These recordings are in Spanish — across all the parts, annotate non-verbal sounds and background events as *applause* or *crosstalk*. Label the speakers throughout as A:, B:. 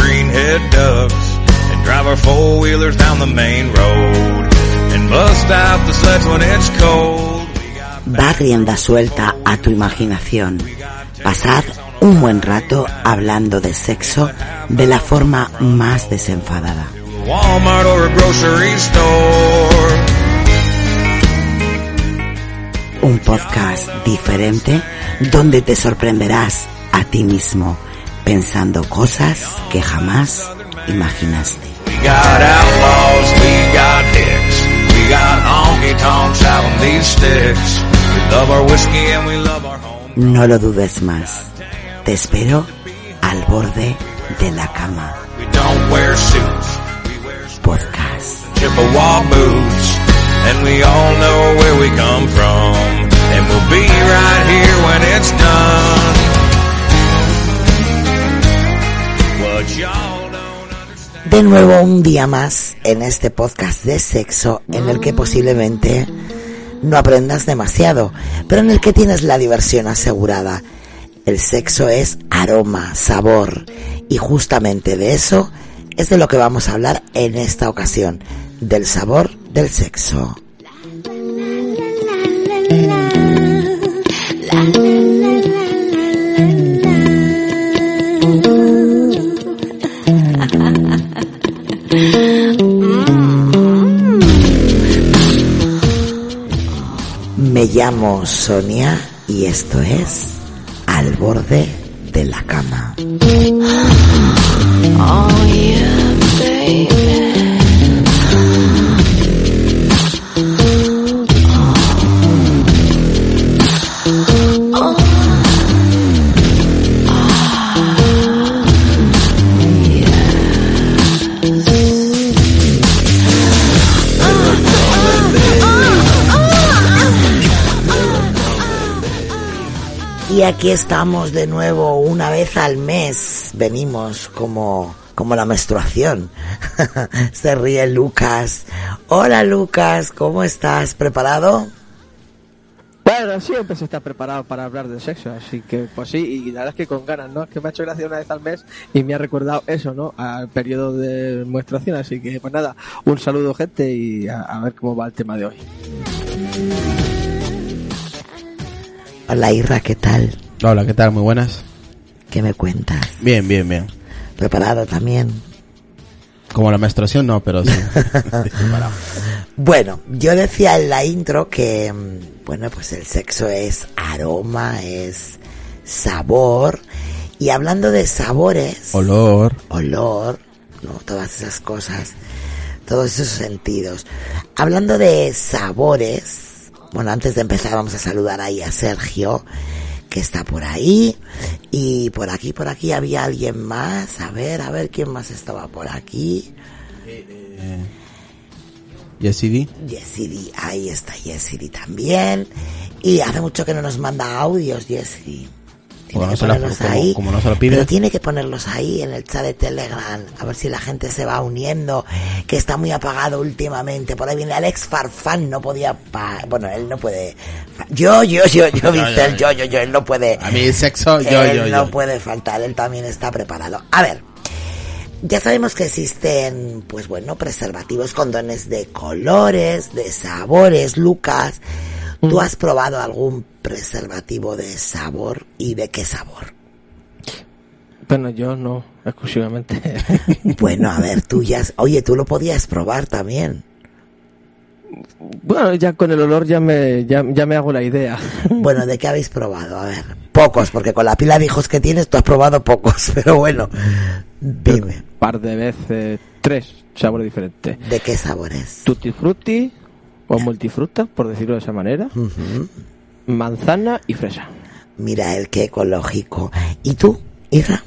A: red ducks and drive our four wheelers down the main road and bust out the sleds when it's cold. We got
B: Da rienda suelta a tu imaginación. Pasad un buen rato hablando de sexo de la forma más desenfadada.
A: a Walmart or a grocery store.
B: Un podcast diferente donde te sorprenderás a ti mismo pensando cosas que jamás imaginaste.
A: We got outlaws, we got hicks, we got honky tonks out on these sticks. We love our whiskey and we love our home.
B: No lo dudes más. Te espero al borde de la cama.
A: We don't wear suits, we wear
B: Podcast.
A: Chippewa boots, and we all know where we come from. And we'll be right here when it's done. What y'all don't understand.
B: De nuevo un día más en este podcast de sexo en el que posiblemente no aprendas demasiado, pero en el que tienes la diversión asegurada. El sexo es aroma, sabor y justamente de eso es de lo que vamos a hablar en esta ocasión, del sabor del sexo. Me llamo Sonia y esto es Al borde de la cama. Y aquí estamos de nuevo una vez al mes. Venimos como, como la menstruación. *laughs* Se ríe Lucas. Hola Lucas, ¿cómo estás? ¿Preparado?
C: Bueno, siempre se está preparado para hablar de sexo, así que pues sí, y la verdad es que con ganas, ¿no? Es que me ha hecho gracia una vez al mes y me ha recordado eso, ¿no? Al periodo de menstruación, así que pues nada, un saludo gente y a, a ver cómo va el tema de hoy.
B: Hola Irra, ¿qué tal?
D: Hola, ¿qué tal? Muy buenas.
B: ¿Qué me cuentas?
D: Bien, bien, bien.
B: ¿Preparado también?
D: Como la menstruación, no, *laughs* pero sí. Preparado.
B: Bueno, yo decía en la intro que, mm, bueno, pues el sexo es aroma, es sabor. Y hablando de sabores,
D: Olor.
B: olor, ¿no? todas esas cosas, todos esos sentidos. Hablando de sabores, bueno, antes de empezar vamos a saludar ahí a Sergio, que está por ahí, y por aquí, por aquí había alguien más, a ver, a ver quién más estaba por aquí.
D: ¿Y el CD?
B: Yesiri, ahí está Yesiri también, y hace mucho que no nos manda audios Yesiri. Tiene
D: Bueno,
B: que
D: se la-
B: ponerlos
D: como-
B: ahí.
D: como no se lo pide.
B: Pero tiene que ponerlos ahí en el chat de Telegram. A ver si la gente se va uniendo. Que está muy apagado últimamente. Por ahí viene Alex Farfán. No podía. pa- bueno, él no puede. fa- Yo, yo, yo, yo, Mister. Yo, yo, yo. Él no puede.
D: A mí el sexo, Oh, yo,
B: él
D: yo,
B: no
D: yo.
B: puede faltar. Él también está preparado. A ver. Ya sabemos que existen, pues bueno, preservativos, condones de colores, de sabores, Lucas.
D: Mm.
B: ¿Tú has probado algún preservativo de sabor y de qué sabor?
C: Bueno, yo no, exclusivamente.
B: Bueno, a ver, tú ya... Oye, tú lo podías probar también.
C: *laughs* bueno, ya con el olor ya me, ya, ya me hago la idea.
D: Mm.
B: Bueno, ¿de qué habéis probado? A ver, pocos, porque con la pila de hijos que tienes tú has probado pocos, *laughs* pero bueno, dime,
C: Un *laughs* par de veces, tres sabores diferentes.
B: ¿de qué sabores?
C: Tutti frutti o multifruta, por decirlo de esa manera,
B: Ujú.
C: manzana y fresa.
B: Mira, el que ecológico. ¿Y tú, Irra?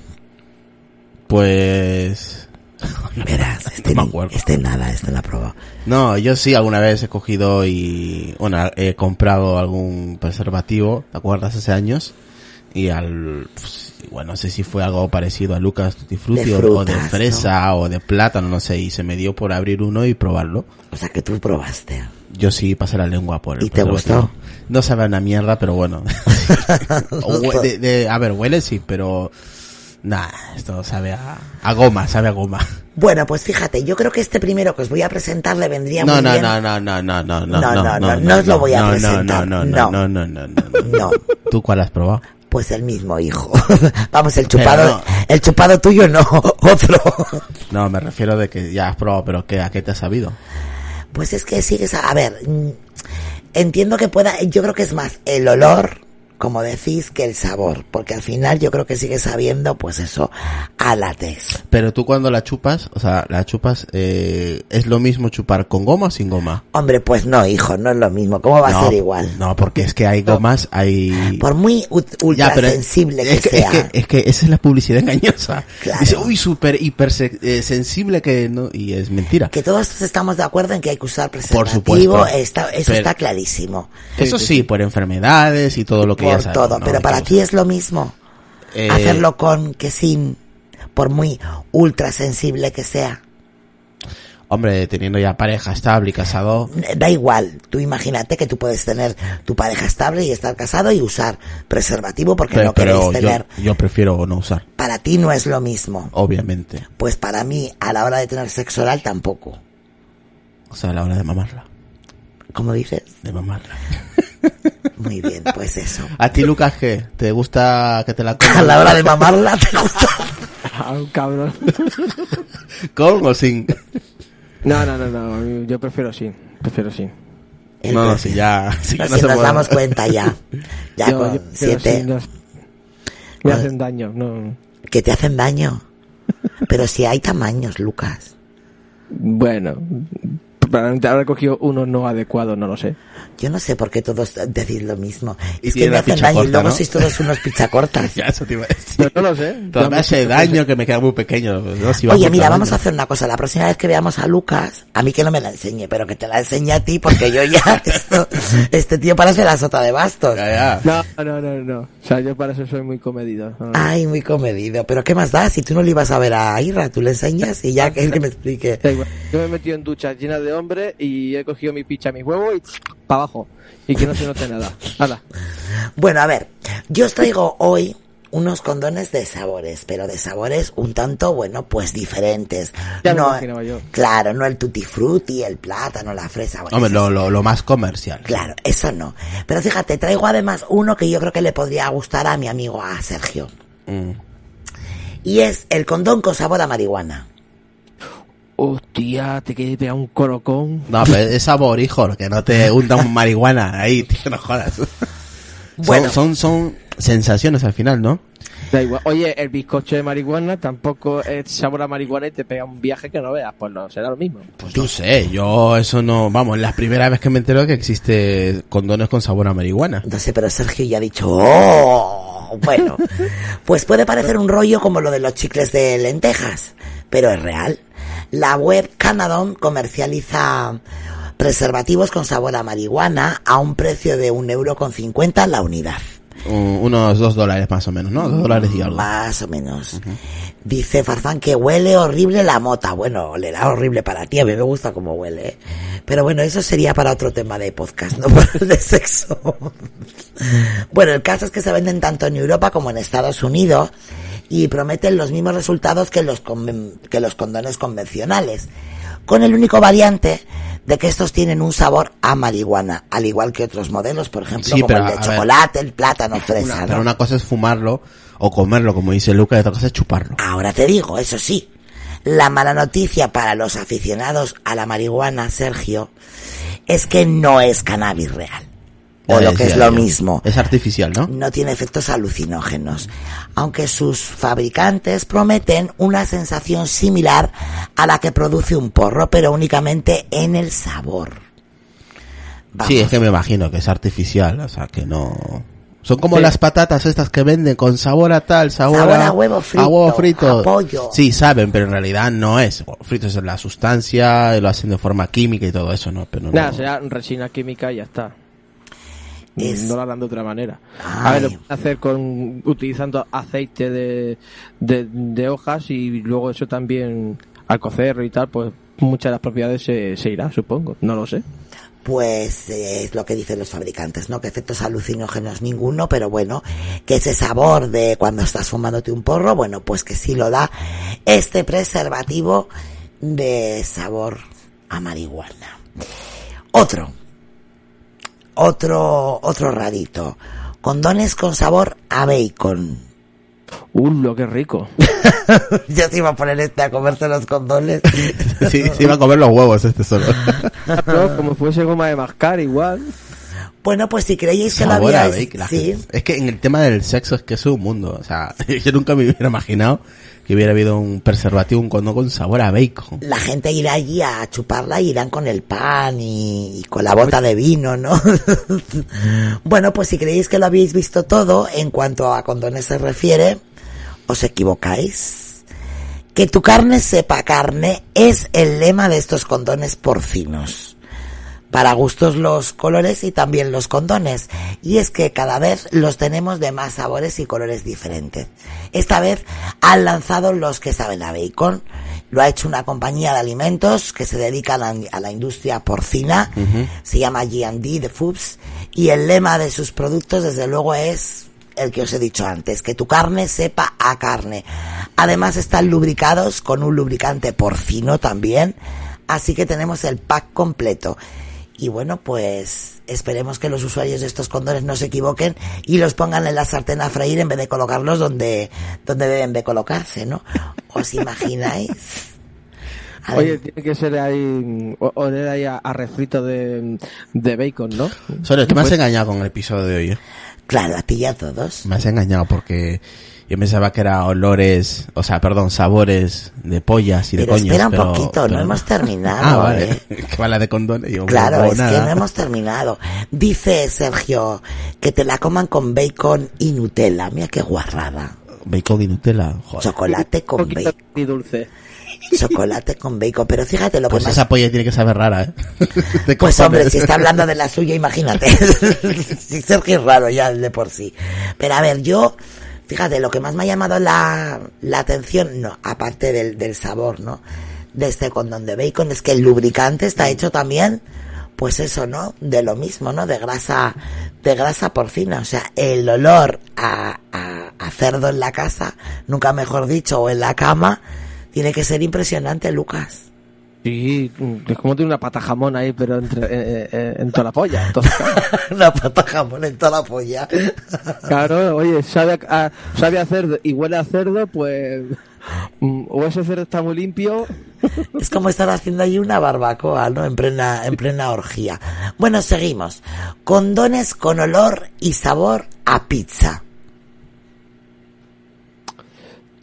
D: Pues... *laughs*
B: Verás, este,
D: me acuerdo.
B: este nada, este no ha probado.
D: No, yo sí alguna vez he cogido y... Bueno, he comprado algún preservativo, ¿te acuerdas? Hace años. Y al... pues, Bueno, no sé si fue algo parecido a Lucas Tutti Frutti
B: De
D: o- o de
B: frutas, ¿no?
D: fresa o de plátano, no sé. Y se me dio por abrir uno y probarlo.
B: O sea, que tú probaste.
D: Yo sí pasé la lengua por el
B: ¿Y te
D: preservativo.
B: gustó? *laughs*
D: No sabe a una mierda, pero bueno. O hue- de- de- a ver, huele sí, pero Nah, esto sabe a, a goma, sabe a goma.
B: Bueno, pues fíjate, yo creo que este primero que os voy a presentar le vendría
D: No,
B: muy
D: no,
B: bien.
D: no, no, no, no, no, no,
B: No, no, no, no os lo voy a
D: no, no,
B: presentar.
D: No,
B: No.
D: no, no, no, no, no, no.
B: No,
D: ¿Tú cuál has probado?
B: pues el mismo hijo. *laughs* Vamos, el chupado,
D: Pero no.
B: el chupado tuyo no, *laughs* otro.
D: No, me refiero de que ya has probado, pero ¿qué, ¿a qué te has sabido?
B: Pues es que sigues a, a ver, mm, entiendo que pueda, yo creo que es más el olor, como decís, que el sabor, porque al final yo creo que sigue sabiendo, pues eso, a látex.
D: Pero tú cuando la chupas, o sea, la chupas, eh, ¿es lo mismo chupar con goma o sin goma?
B: Hombre, pues no, hijo, no es lo mismo, ¿cómo va
D: no,
B: a ser igual?
D: No, porque es que hay gomas, hay...
B: Por muy ut- ultra
D: Ya, pero es-
B: sensible que,
D: es que,
B: sea.
D: Es que, es que esa es la publicidad engañosa.
B: Claro.
D: Dice, uy, súper, hiper se- eh, sensible que no... Y es mentira.
B: Que todos estamos de acuerdo en que hay que usar preservativo,
D: supuesto.
B: está- eso
D: Pero-
B: está clarísimo.
D: Eso sí, por enfermedades y todo lo que ya
B: por
D: sabes,
B: todo,
D: ¿no?
B: pero
D: Hay
B: para
D: que
B: ti es lo mismo
D: Eh,
B: hacerlo con que sin, por muy ultra sensible que sea.
D: Eh, Hombre, teniendo ya pareja estable y casado,
B: Da igual, tú imagínate que tú puedes tener tu pareja estable y estar casado y usar preservativo porque
D: pero,
B: no
D: pero
B: queréis tener.
D: yo, yo prefiero no usar,
B: Para ti no es lo mismo.
D: obviamente.
B: Pues para mí, a la hora de tener sexo oral tampoco.
D: O sea, a la hora de mamarla.
B: ¿Cómo dices?
D: De mamarla.
B: Muy bien, pues eso.
D: ¿A ti, Lucas, qué? ¿Te gusta que te
B: *laughs*
D: la
B: A
D: coman
B: la hora de mamarla te gusta.
C: Ah, un cabrón.
D: con o sin?
C: No, no, no, no. Yo prefiero sin. Prefiero sin.
B: El
D: no, no,
B: perfil.
D: si ya... Si ya
B: No,
D: no
B: si
D: se
B: nos
D: puede.
B: damos cuenta *laughs* ya. Ya
C: Yo-
B: con
C: yo prefiero
B: siete.
C: sin, no- me hacen daño. No.
B: que te hacen *laughs* daño. Pero si hay tamaños, Lucas.
C: Bueno. Probablemente habrá cogido uno no adecuado, no lo sé.
B: Yo no sé por qué todos decís lo mismo.
D: Y
B: Es que
D: tiene
B: me
D: la
B: hacen
D: picha
B: daño y
D: corta,
B: luego
D: ¿no?
B: sois todos
D: *laughs*
B: unos pichacortas.
D: *laughs* Ya, eso te iba a decir.
C: No, no lo sé.
D: Todo me hace daño que me queda muy pequeño. ¿no? Si va
B: Oye,
D: por
B: mira,
D: tamaño.
B: vamos a hacer una cosa. La próxima vez que veamos a Lucas, a mí que no me la enseñe, pero que te la enseñe a ti, porque yo ya, *laughs* esto- este tío parece la sota de bastos.
D: Ya, ya.
C: No, no, no, no. O sea, yo para eso soy muy comedido. No, no.
B: Ay, muy comedido. Pero ¿qué más da? Si tú no le ibas a ver a Ira, tú le enseñas y ya que él que me explique.
C: Da igual. Yo me he metido en duchas llenas de hombres y he cogido mi picha, mi huevo y para abajo. Y que no se note nada. Nada.
B: Bueno, a ver, yo os traigo hoy unos condones de sabores, pero de sabores un tanto, bueno, pues diferentes.
C: Ya me imaginaba yo.
B: Claro, no el tutti frutti, el plátano, la fresa. bueno,
D: Hombre,
B: eso
D: lo,
B: sí.
D: lo, lo más comercial.
B: Claro, eso no. Pero fíjate, traigo además uno que yo creo que le podría gustar a mi amigo, a Sergio.
D: Mm.
B: Y es el condón con sabor a marihuana.
C: Hostia, te quedé pegado un corocón.
D: No, pero es sabor, hijo, que
B: *laughs*
D: no te untan marihuana ahí, tío, no jodas. Son-
B: Bueno.
D: Son, son, sensaciones al final, ¿no?
C: Da igual. Oye, el bizcocho de marihuana tampoco es sabor a marihuana y te pega un viaje que no veas. Pues no, será lo mismo.
D: Pues no sé, yo eso no, vamos, la primera vez que me entero que existe condones con sabor a marihuana.
B: No sé, pero Sergio ya ha dicho, ¡oh! Bueno, pues puede parecer un rollo como lo de los chicles de lentejas, pero es real. La web Canadon comercializa preservativos con sabor a marihuana a un precio de un euro con cincuenta la unidad.
D: Un- unos dos dólares más o menos, ¿no? Dos dólares y algo.
B: Más o menos. Dice Farzán que huele horrible la mota. Bueno, olerá horrible para ti. A mí me gusta cómo huele. ¿eh? Pero bueno, eso sería para otro tema de podcast, no *laughs* para el de sexo. bueno, el caso es que se venden tanto en Europa como en Estados Unidos y prometen los mismos resultados que los, conven- que los condones convencionales. Con el único variante de que estos tienen un sabor a marihuana, al igual que otros modelos, por ejemplo,
D: Sí,
B: como
D: pero,
B: el
D: a
B: de
D: ver.
B: chocolate, el plátano, fresa.
D: Una-
B: ¿no?
D: pero una cosa es fumarlo o comerlo, como dice Luca, y otra cosa es chuparlo.
B: Ahora te digo, eso sí, la mala noticia para los aficionados a la marihuana, Sergio, es que no es cannabis real. O
D: Ya
B: lo que es
D: decía
B: lo
D: yo.
B: mismo.
D: Es artificial, ¿no?
B: No tiene efectos alucinógenos. Aunque sus fabricantes prometen una sensación similar a la que produce un porro, pero únicamente en el sabor. Vamos.
D: Sí, es que me imagino que es artificial, o sea, que no... Son como
C: Sí.
D: las patatas estas que venden con sabor a tal, sabor,
B: Sabor a huevo frito,
D: a huevo frito.
B: a pollo.
D: Sí, saben, pero en realidad no es. Huevo Frito es la sustancia, y lo hacen de forma química y todo eso, ¿no? Pero
C: Nada,
D: no-
C: será resina química y ya está.
B: Es-
C: No lo harán de otra manera. A
B: Ay.
C: ver, lo pueden hacer con utilizando aceite de, de, de hojas y luego eso también al cocer y tal, pues muchas de las propiedades se, se irá, supongo. No lo sé.
B: pues eh, es lo que dicen los fabricantes, ¿no? Que efectos alucinógenos ninguno, pero bueno, que ese sabor de cuando estás fumándote un porro, bueno, pues que sí lo da este preservativo de sabor a marihuana. Otro, otro, otro rarito, condones con sabor a bacon. *laughs*
C: Uh, lo que *laughs* rico.
B: Yo se iba a poner este a comerse los
D: *laughs*
B: condones.
D: *laughs* Sí, se iba a comer los huevos
B: *laughs*
D: este solo.
C: No, como fuese goma de mascar igual.
B: Bueno, pues si creéis que lo
D: Sabor a
B: habíais...
D: bacon, la
B: sí.
D: gente. Es que en el tema del sexo es que es un mundo. O sea, *laughs* yo nunca me hubiera imaginado que hubiera habido un preservativo, un condón con sabor a bacon.
B: la gente irá allí a chuparla y irán con el pan y, y con la bota de vino, ¿no? *laughs* bueno, pues si creéis que lo habéis visto todo en cuanto a condones se refiere, os equivocáis. Que tu carne sepa carne es el lema de estos condones porcinos. Para gustos los colores y también los condones. Y es que cada vez los tenemos de más sabores y colores diferentes. Esta vez han lanzado los que saben a bacon. Lo ha hecho una compañía de alimentos que se dedica a la, a la industria porcina. Se llama G&D de Foods. Y el lema de sus productos desde luego es el que os he dicho antes, que tu carne sepa a carne. Además están lubricados con un lubricante porcino también, así que tenemos el pack completo. Y bueno, pues esperemos que los usuarios de estos condones no se equivoquen y los pongan en la sartén a freír en vez de colocarlos donde, donde deben de colocarse, ¿no? ¿Os imagináis? A ver,
C: Oye, tiene que ser ahí, o- oler ahí a, a refrito de, de bacon, ¿no?
D: Solo, tú me
B: Pues-
D: has engañado con el episodio de hoy. ¿eh?
B: claro, a ti y a todos.
D: Me has engañado porque yo pensaba que era olores, o sea, perdón, sabores de pollas y de
B: Pero
D: coños.
B: espera un
D: pero-
B: poquito,
D: pero
B: no hemos terminado.
D: Ah, vale.
B: ¿eh?
D: *laughs* Que va la de condones. Yo,
B: Claro,
D: bueno,
B: es
D: nada.
B: que no hemos terminado. Dice Sergio que te la coman con bacon y Nutella. Mira qué guarrada.
D: Bacon y Nutella. Joder.
B: Chocolate
C: Un
B: con
C: poquito
B: bacon.
C: y dulce.
B: Chocolate con bacon. Pero fíjate lo que
D: Pues
B: más.
D: esa polla tiene que saber rara, ¿eh? *laughs* De
B: Pues
D: cojones.
B: hombre, si está hablando de la suya, imagínate. si Sergio es raro ya de por sí. Pero a ver, yo, fíjate, lo que más me ha llamado la, la atención, no, aparte del, del sabor, ¿no? De este condón de bacon, es que el lubricante está hecho también, pues eso, ¿no? De lo mismo, ¿no? De grasa, de grasa porcina. O sea, el olor a, a, a cerdo en la casa, nunca mejor dicho, o en la cama, tiene que ser impresionante, Lucas. *laughs*
C: Sí, es como tiene una pata jamón ahí, pero entre, eh, eh, en toda la polla. Entonces, *laughs*
B: Una pata jamón en toda la polla.
C: claro, oye, sabe a, a- sabe a cerdo y huele a cerdo, pues. mm, O ese cerdo está muy limpio.
B: Es como estar haciendo allí una barbacoa, ¿no? En plena, en plena orgía. Bueno, seguimos. Condones con olor y sabor a pizza.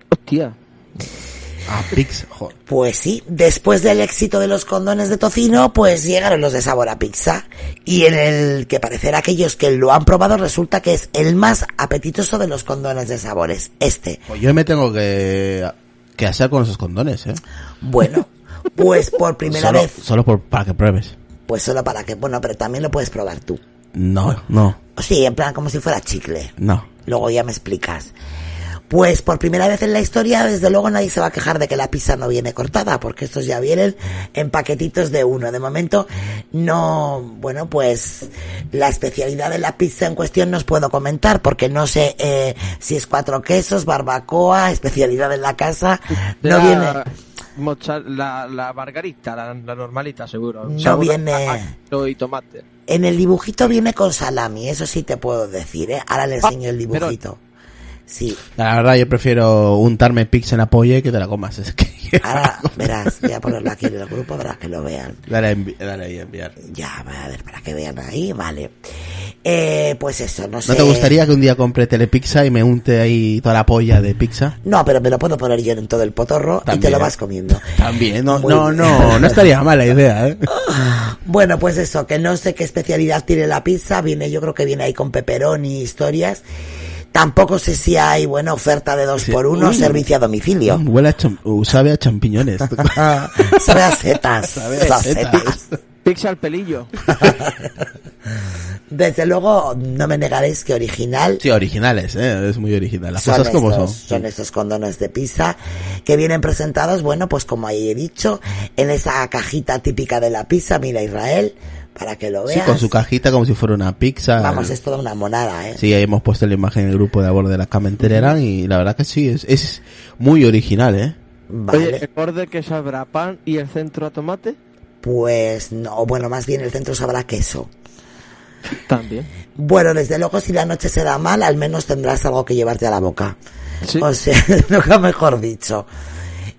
C: Hostia.
D: Ah, Pix, joder.
B: Pues sí, después del éxito de los condones de tocino, pues llegaron los de sabor a pizza. Y en el que parecer aquellos que lo han probado resulta que es el más apetitoso de los condones de sabores. Este.
D: Pues yo me tengo que, que hacer con esos condones, ¿eh?
B: Bueno, pues por primera
D: solo,
B: vez,
D: Solo por, para que pruebes.
B: pues solo para que, bueno, pero también lo puedes probar tú.
D: No, no,
B: Sí, en plan como si fuera chicle.
D: no.
B: Luego ya me explicas. Pues por primera vez en la historia, desde luego nadie se va a quejar de que la pizza no viene cortada, porque estos ya vienen en paquetitos de uno. De momento, no, bueno, pues la especialidad de la pizza en cuestión no os puedo comentar, porque no sé eh, si es cuatro quesos, barbacoa, especialidad de la casa, no
C: la,
B: viene.
C: mozzar- la, la margarita, la, la normalita, seguro.
B: No
C: Seguro,
B: viene.
C: ajo Y tomate.
B: En el dibujito viene con salami, eso sí te puedo decir, ¿eh? Ahora le
C: Ah,
B: enseño el
C: pero-
B: dibujito. Sí,
D: La verdad yo prefiero untarme Pix en la polla y que te la comas. Es que...
C: *laughs*
D: *laughs*
B: ahora verás, voy a ponerlo aquí en el grupo para que lo vean.
D: dale, a envi- dale ahí a enviar.
B: Ya, a ver, para que vean ahí, vale. Eh, pues eso, no sé.
D: ¿No te gustaría que un día compre Telepizza y me unte ahí toda la polla de pizza?
B: No, pero me lo puedo poner yo en todo el potorro y te
D: También.
B: lo vas comiendo.
D: También, no,
B: Muy
D: no,
B: bien.
D: no, no estaría mala idea, ¿eh?
B: Bueno, pues eso, que no sé qué especialidad tiene la pizza, viene, yo creo que viene ahí con peperón y historias. Tampoco sé si hay, buena oferta de dos por uno, servicio a domicilio.
D: Mm, Huele a cham- uh, sabe a champiñones.
B: Sabe a setas.
D: *laughs* Sabe a
B: sabe a
D: setas.
B: setas.
C: Pizza al pelillo.
B: Desde luego, no me negaréis que original
D: *laughs* Sí, originales, ¿eh? es muy original. Las
B: son
D: cosas como son.
B: estos, son estos condones de pizza que vienen presentados, bueno, pues como ahí he dicho, en esa cajita típica de la pizza, mira Israel, para que lo
D: Sí,
B: veas.
D: con su cajita como si fuera una pizza. Eh,
B: Vamos, es toda una monada, ¿eh?
D: Sí, ahí hemos puesto la imagen en el grupo de abordo de la Camenterera y la verdad que sí, es, es muy original, ¿eh?
B: Vale,
C: Oye, el borde que sabrá a pan y el centro a tomate
B: pues no, bueno, más bien el centro sabrá queso.
C: también.
B: Bueno, desde luego, si la noche se da mal, al menos tendrás algo que llevarte a la boca.
C: Sí.
B: O sea, *laughs* nunca mejor dicho.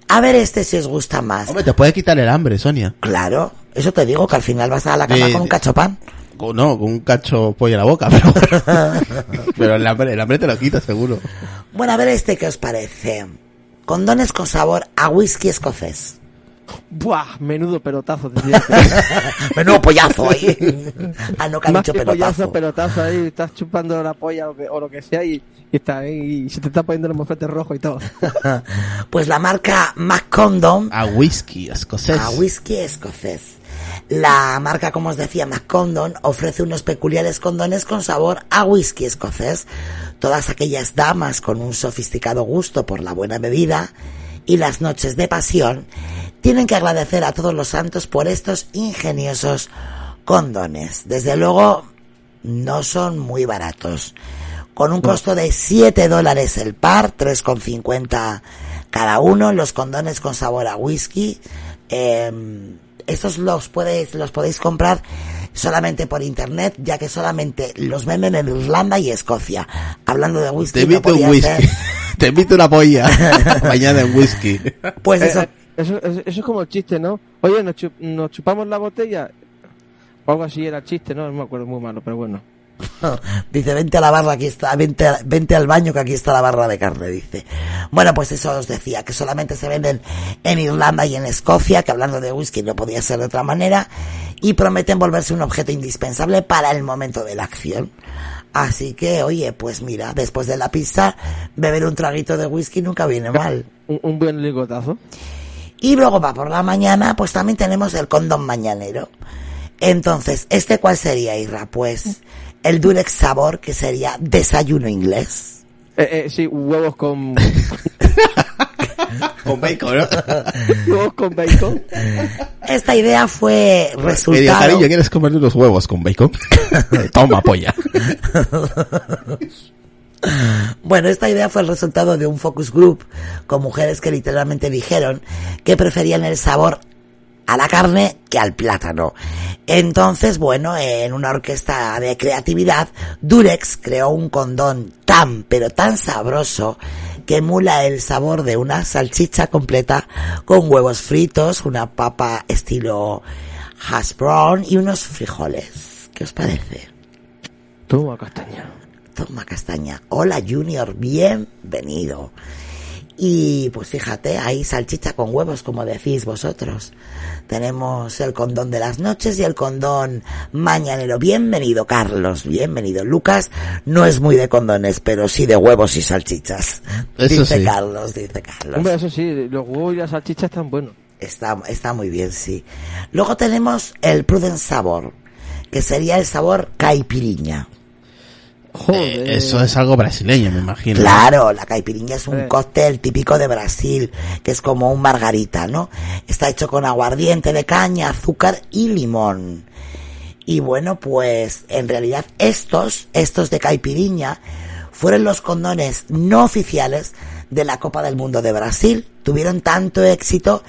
B: A ver este si os gusta más.
D: Hombre, te puede quitar el hambre, Sonia.
B: Claro, eso te digo, que al final vas a la cama
D: De-
B: con un
D: de-
B: cachopán.
D: O no, con un cacho pollo en la boca, pero, *laughs* pero el, hambre, el hambre te lo quita, seguro.
B: Bueno, a ver este qué os parece. Condones con sabor a whisky
C: *laughs*
B: escocés.
C: Buah, menudo
B: *laughs*
C: pelotazo. decía.
B: Menudo pollazo ahí.
C: *laughs*
B: ah, no, que ha
C: Más
B: dicho
C: que
B: pelotazo.
C: pollazo, pelotazo ahí, estás chupando la polla o, que- o lo que sea y, y está ahí, y se te está poniendo el moflete rojo y todo.
B: Pues la marca McCondom
D: A whisky escocés.
B: a Ah, whisky escocés. La marca, como os decía, McCondon, ofrece unos peculiares condones con sabor a whisky escocés. Todas aquellas damas con un sofisticado gusto por la buena bebida y las noches de pasión tienen que agradecer a todos los santos por estos ingeniosos condones. Desde luego, no son muy baratos. Con un costo de 7 dólares el par, 3,50 cada uno, los condones con sabor a whisky. eh, estos los podéis, los podéis comprar solamente por internet, ya que solamente los venden en Irlanda y Escocia. Hablando de
D: te
B: whisky, no
D: invito
B: podía
D: un whisky.
B: ser.
D: *laughs* te invito una polla.
B: *laughs*
D: Mañana en whisky. *laughs*
B: Pues
C: Eh,
B: *laughs* eso,
C: eh, eso, eso- eso es como el chiste, ¿no? Oye, ¿nos, chu- nos chupamos la botella? O algo así era el chiste, ¿no? No me acuerdo, muy malo, pero bueno.
B: *laughs* Dice, vente a la barra, aquí está, vente, a- vente al baño que aquí está la barra de carne, dice. Bueno, pues eso os decía, que solamente se venden en Irlanda y en Escocia, que hablando de whisky no podía ser de otra manera, y prometen volverse un objeto indispensable para el momento de la acción. Así que, oye, pues mira, después de la pizza, beber un traguito de whisky nunca viene mal.
C: Un, un buen ligotazo.
B: Y luego va por la mañana, pues también tenemos el condón mañanero. Entonces, ¿este cuál sería, Irra? Pues el Durex Sabor, que sería desayuno inglés.
C: Eh, eh, sí, huevos con, *laughs*
D: Con *laughs* bacon, ¿no?
C: huevos con
B: *laughs*
C: bacon.
B: Esta idea fue
D: Querido
B: resultado...
D: cariño, ¿quieres comer unos huevos con bacon? *laughs* Toma, polla.
B: Bueno, esta idea fue el resultado de un focus group con mujeres que literalmente dijeron que preferían el sabor a la carne que al plátano. Entonces, bueno, en una orquesta de creatividad, Durex creó un condón tan, pero tan sabroso que emula el sabor de una salchicha completa con huevos fritos, una papa estilo hash brown y unos frijoles. ¿Qué os parece?
C: Toma, castaña.
B: Toma castaña. Hola Junior, bienvenido. Y pues fíjate, ahí salchicha con huevos, como decís vosotros. Tenemos el condón de las noches y el condón mañanero. Bienvenido Carlos, bienvenido Lucas. No es muy de condones, pero sí de huevos y salchichas.
D: Eso
B: dice
D: sí.
B: Carlos, dice Carlos.
C: Hombre, eso sí, los huevos y la salchicha están buenos.
B: Está, está muy bien, sí. Luego tenemos el Prudent Sabor, que sería el sabor caipiriña.
C: Joder.
D: Eh, Eso es algo brasileño, me imagino.
B: Claro, la caipirinha es un
C: Sí.
B: cóctel típico de Brasil, que es como un margarita, ¿no? Está hecho con aguardiente de caña, azúcar y limón. Y bueno, pues en realidad estos, estos de caipirinha, fueron los condones no oficiales de la Copa del Mundo de Brasil. Tuvieron tanto éxito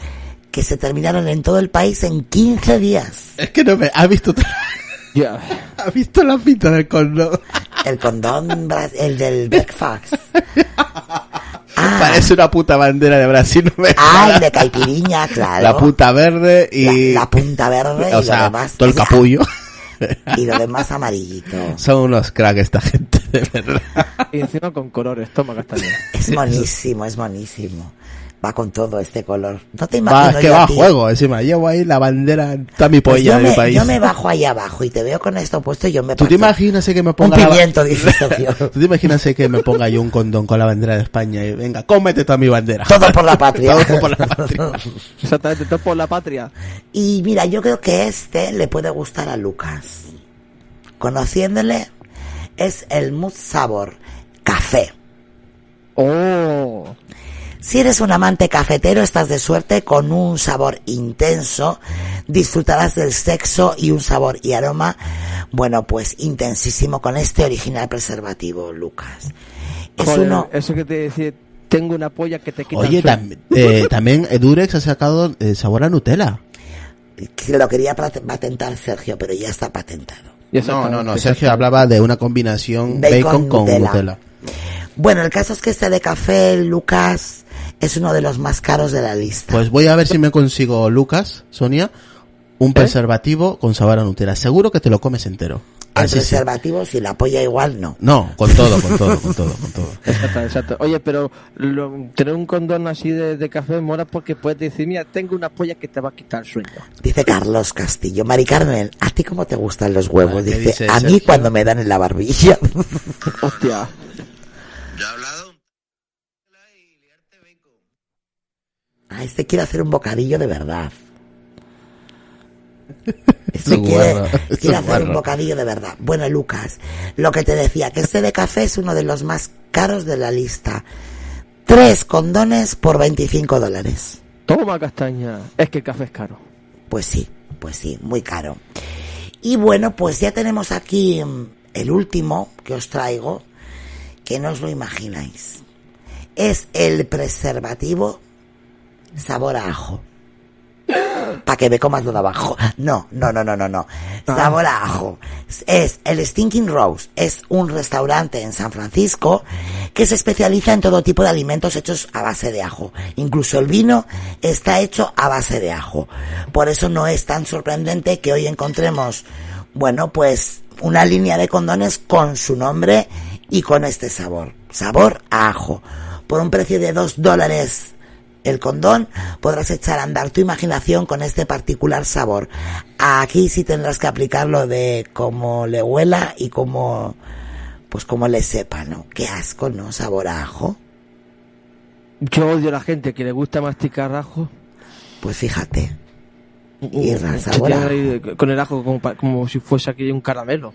B: que se terminaron en todo el país en 15 días.
D: Es que no me... ¿Has visto, *laughs*
C: Ya.
D: ¿has visto la pinta del condón?
B: El condón, bra- el del breakfast. Ah.
D: Parece una puta bandera de Brasil. no me
B: Ah, el
D: jodas.
B: de caipirinha, claro.
D: La puta verde
B: La,
D: y...
B: la punta verde
D: o
B: y lo
D: sea,
B: demás.
D: todo el
B: o sea,
D: capullo. *laughs*
B: Y lo demás amarillito.
D: Son unos cracks esta gente, de verdad.
C: Y encima con colores, toma castaña.
B: Es monísimo, es monísimo. Va con todo este color. No te
D: Va,
B: imagino
D: es que
B: yo
D: va
B: a
D: a
B: ti.
D: juego, encima. Llevo ahí la bandera, está mi
B: Pues
D: polla
B: yo,
D: de mi
B: me,
D: país.
B: yo me bajo ahí abajo y te veo con esto puesto y yo me
D: ¿Tú te
B: parto.
D: imaginas eh, que me
B: Un
D: ponga la-
B: pimiento, dice Sergio.
D: ¿Tú te imaginas eh, que me ponga yo un condón con la bandera de España y venga, cómete toda mi bandera?
B: Todo por la patria.
D: *laughs* Todo por la patria.
C: Exactamente, todo por la patria.
B: Y mira, yo creo que este le puede gustar a Lucas. Conociéndole, es el mood sabor, café.
C: ¡Oh!
B: Si eres un amante cafetero, estás de suerte con un sabor intenso, disfrutarás del sexo y un sabor y aroma, bueno, pues intensísimo con este original preservativo, Lucas. Es
C: Joder,
B: uno...
C: Eso que te decía, tengo una polla que te quita
D: Oye,
C: el sueño.
D: tam- eh, también Durex ha sacado eh, sabor a Nutella.
B: que Lo quería pat- patentar Sergio, pero ya está patentado.
C: Ya
D: No,
C: está,
D: no, no.
C: ya
D: Sergio
C: está.
D: hablaba de una combinación
B: Bacon,
D: bacon, con
B: Nutella.
D: Nutella.
B: Bueno, el caso es que este de café, Lucas, es uno de los más caros de la lista.
D: Pues voy a ver si me consigo, Lucas, Sonia,
B: ¿Eh?
D: un preservativo con sabor a Nutella. Seguro que te lo comes entero.
B: el
D: Así sí.
B: preservativo, si la apoya igual, no.
D: No, con todo, con todo, con todo, con todo.
C: Exacto, exacto. Oye, pero lo- tener un condón así de, de café mola porque puedes decir, mira, tengo una polla que te va a quitar el sueño.
B: Dice Carlos Castillo. Mari Carmen, ¿a ti cómo te gustan los huevos?
D: Ah,
B: Dice,
D: ¿qué dice
B: a mí
D: Sergio?
B: cuando me dan en la barbilla.
C: Hostia.
B: Ah, este quiere hacer un bocadillo de
D: *laughs*
B: verdad.
D: Es
B: Este
D: un
B: quiere,
D: guarro, es
B: quiere
D: un
B: hacer un
D: guarro.
B: bocadillo de verdad. Bueno, Lucas, lo que te decía, que este de café es uno de los más caros de la lista. Tres condones por 25 dólares.
C: Toma castaña. Es que el café es caro.
B: Pues sí, pues sí, muy caro. Y bueno, pues ya tenemos aquí mm, el último que os traigo, que no os lo imagináis. Es el preservativo sabor a ajo. Para que me comas lo de abajo. No, no, no, no, no, no. Sabor a ajo. Es el Stinking Rose. Es un restaurante en San Francisco que se especializa en todo tipo de alimentos hechos a base de ajo. Incluso el vino está hecho a base de ajo. Por eso no es tan sorprendente que hoy encontremos, bueno, pues una línea de condones con su nombre y con este sabor. Sabor a ajo. Por un precio de dos dólares el condón, podrás echar a andar tu imaginación con este particular sabor. Aquí sí tendrás que aplicarlo de como le huela y como, pues como le sepa, ¿no? Qué asco, ¿no? Sabor a ajo.
C: Yo odio a la gente que le gusta masticar ajo.
B: Pues fíjate. Y
C: Que
B: ra- sabor a
C: tiene ahí de- con el ajo como, pa- como si fuese aquí un caramelo.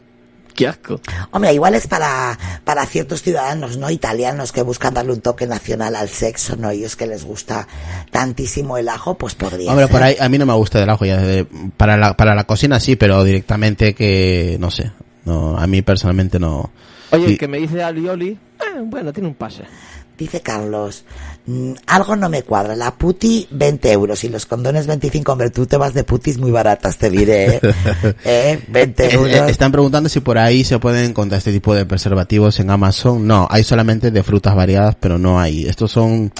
C: Qué asco.
B: Hombre, igual es para, para ciertos ciudadanos, ¿no? Italianos que buscan darle un toque nacional al sexo, ¿no? Ellos que les gusta tantísimo el ajo, pues podría
D: Hombre,
B: ser.
D: por ahí, a mí no me gusta el ajo. Ya, de- para, la, para la cocina sí, pero directamente que, no sé. No, a mí personalmente no.
C: Oye,
D: Y-
C: que me dice Alioli, "Ah, bueno, tiene un pase.
B: Dice Carlos, mm, algo no me cuadra. La puti, 20 euros. Y los condones, 25. Hombre, tú te vas de putis muy baratas, te
D: *laughs*
B: diré. ¿eh? ¿Eh? 20
D: Eh,
B: euros.
D: eh, están preguntando si por ahí se pueden encontrar este tipo de preservativos en Amazon. No, hay solamente de frutas variadas, pero no hay. Estos son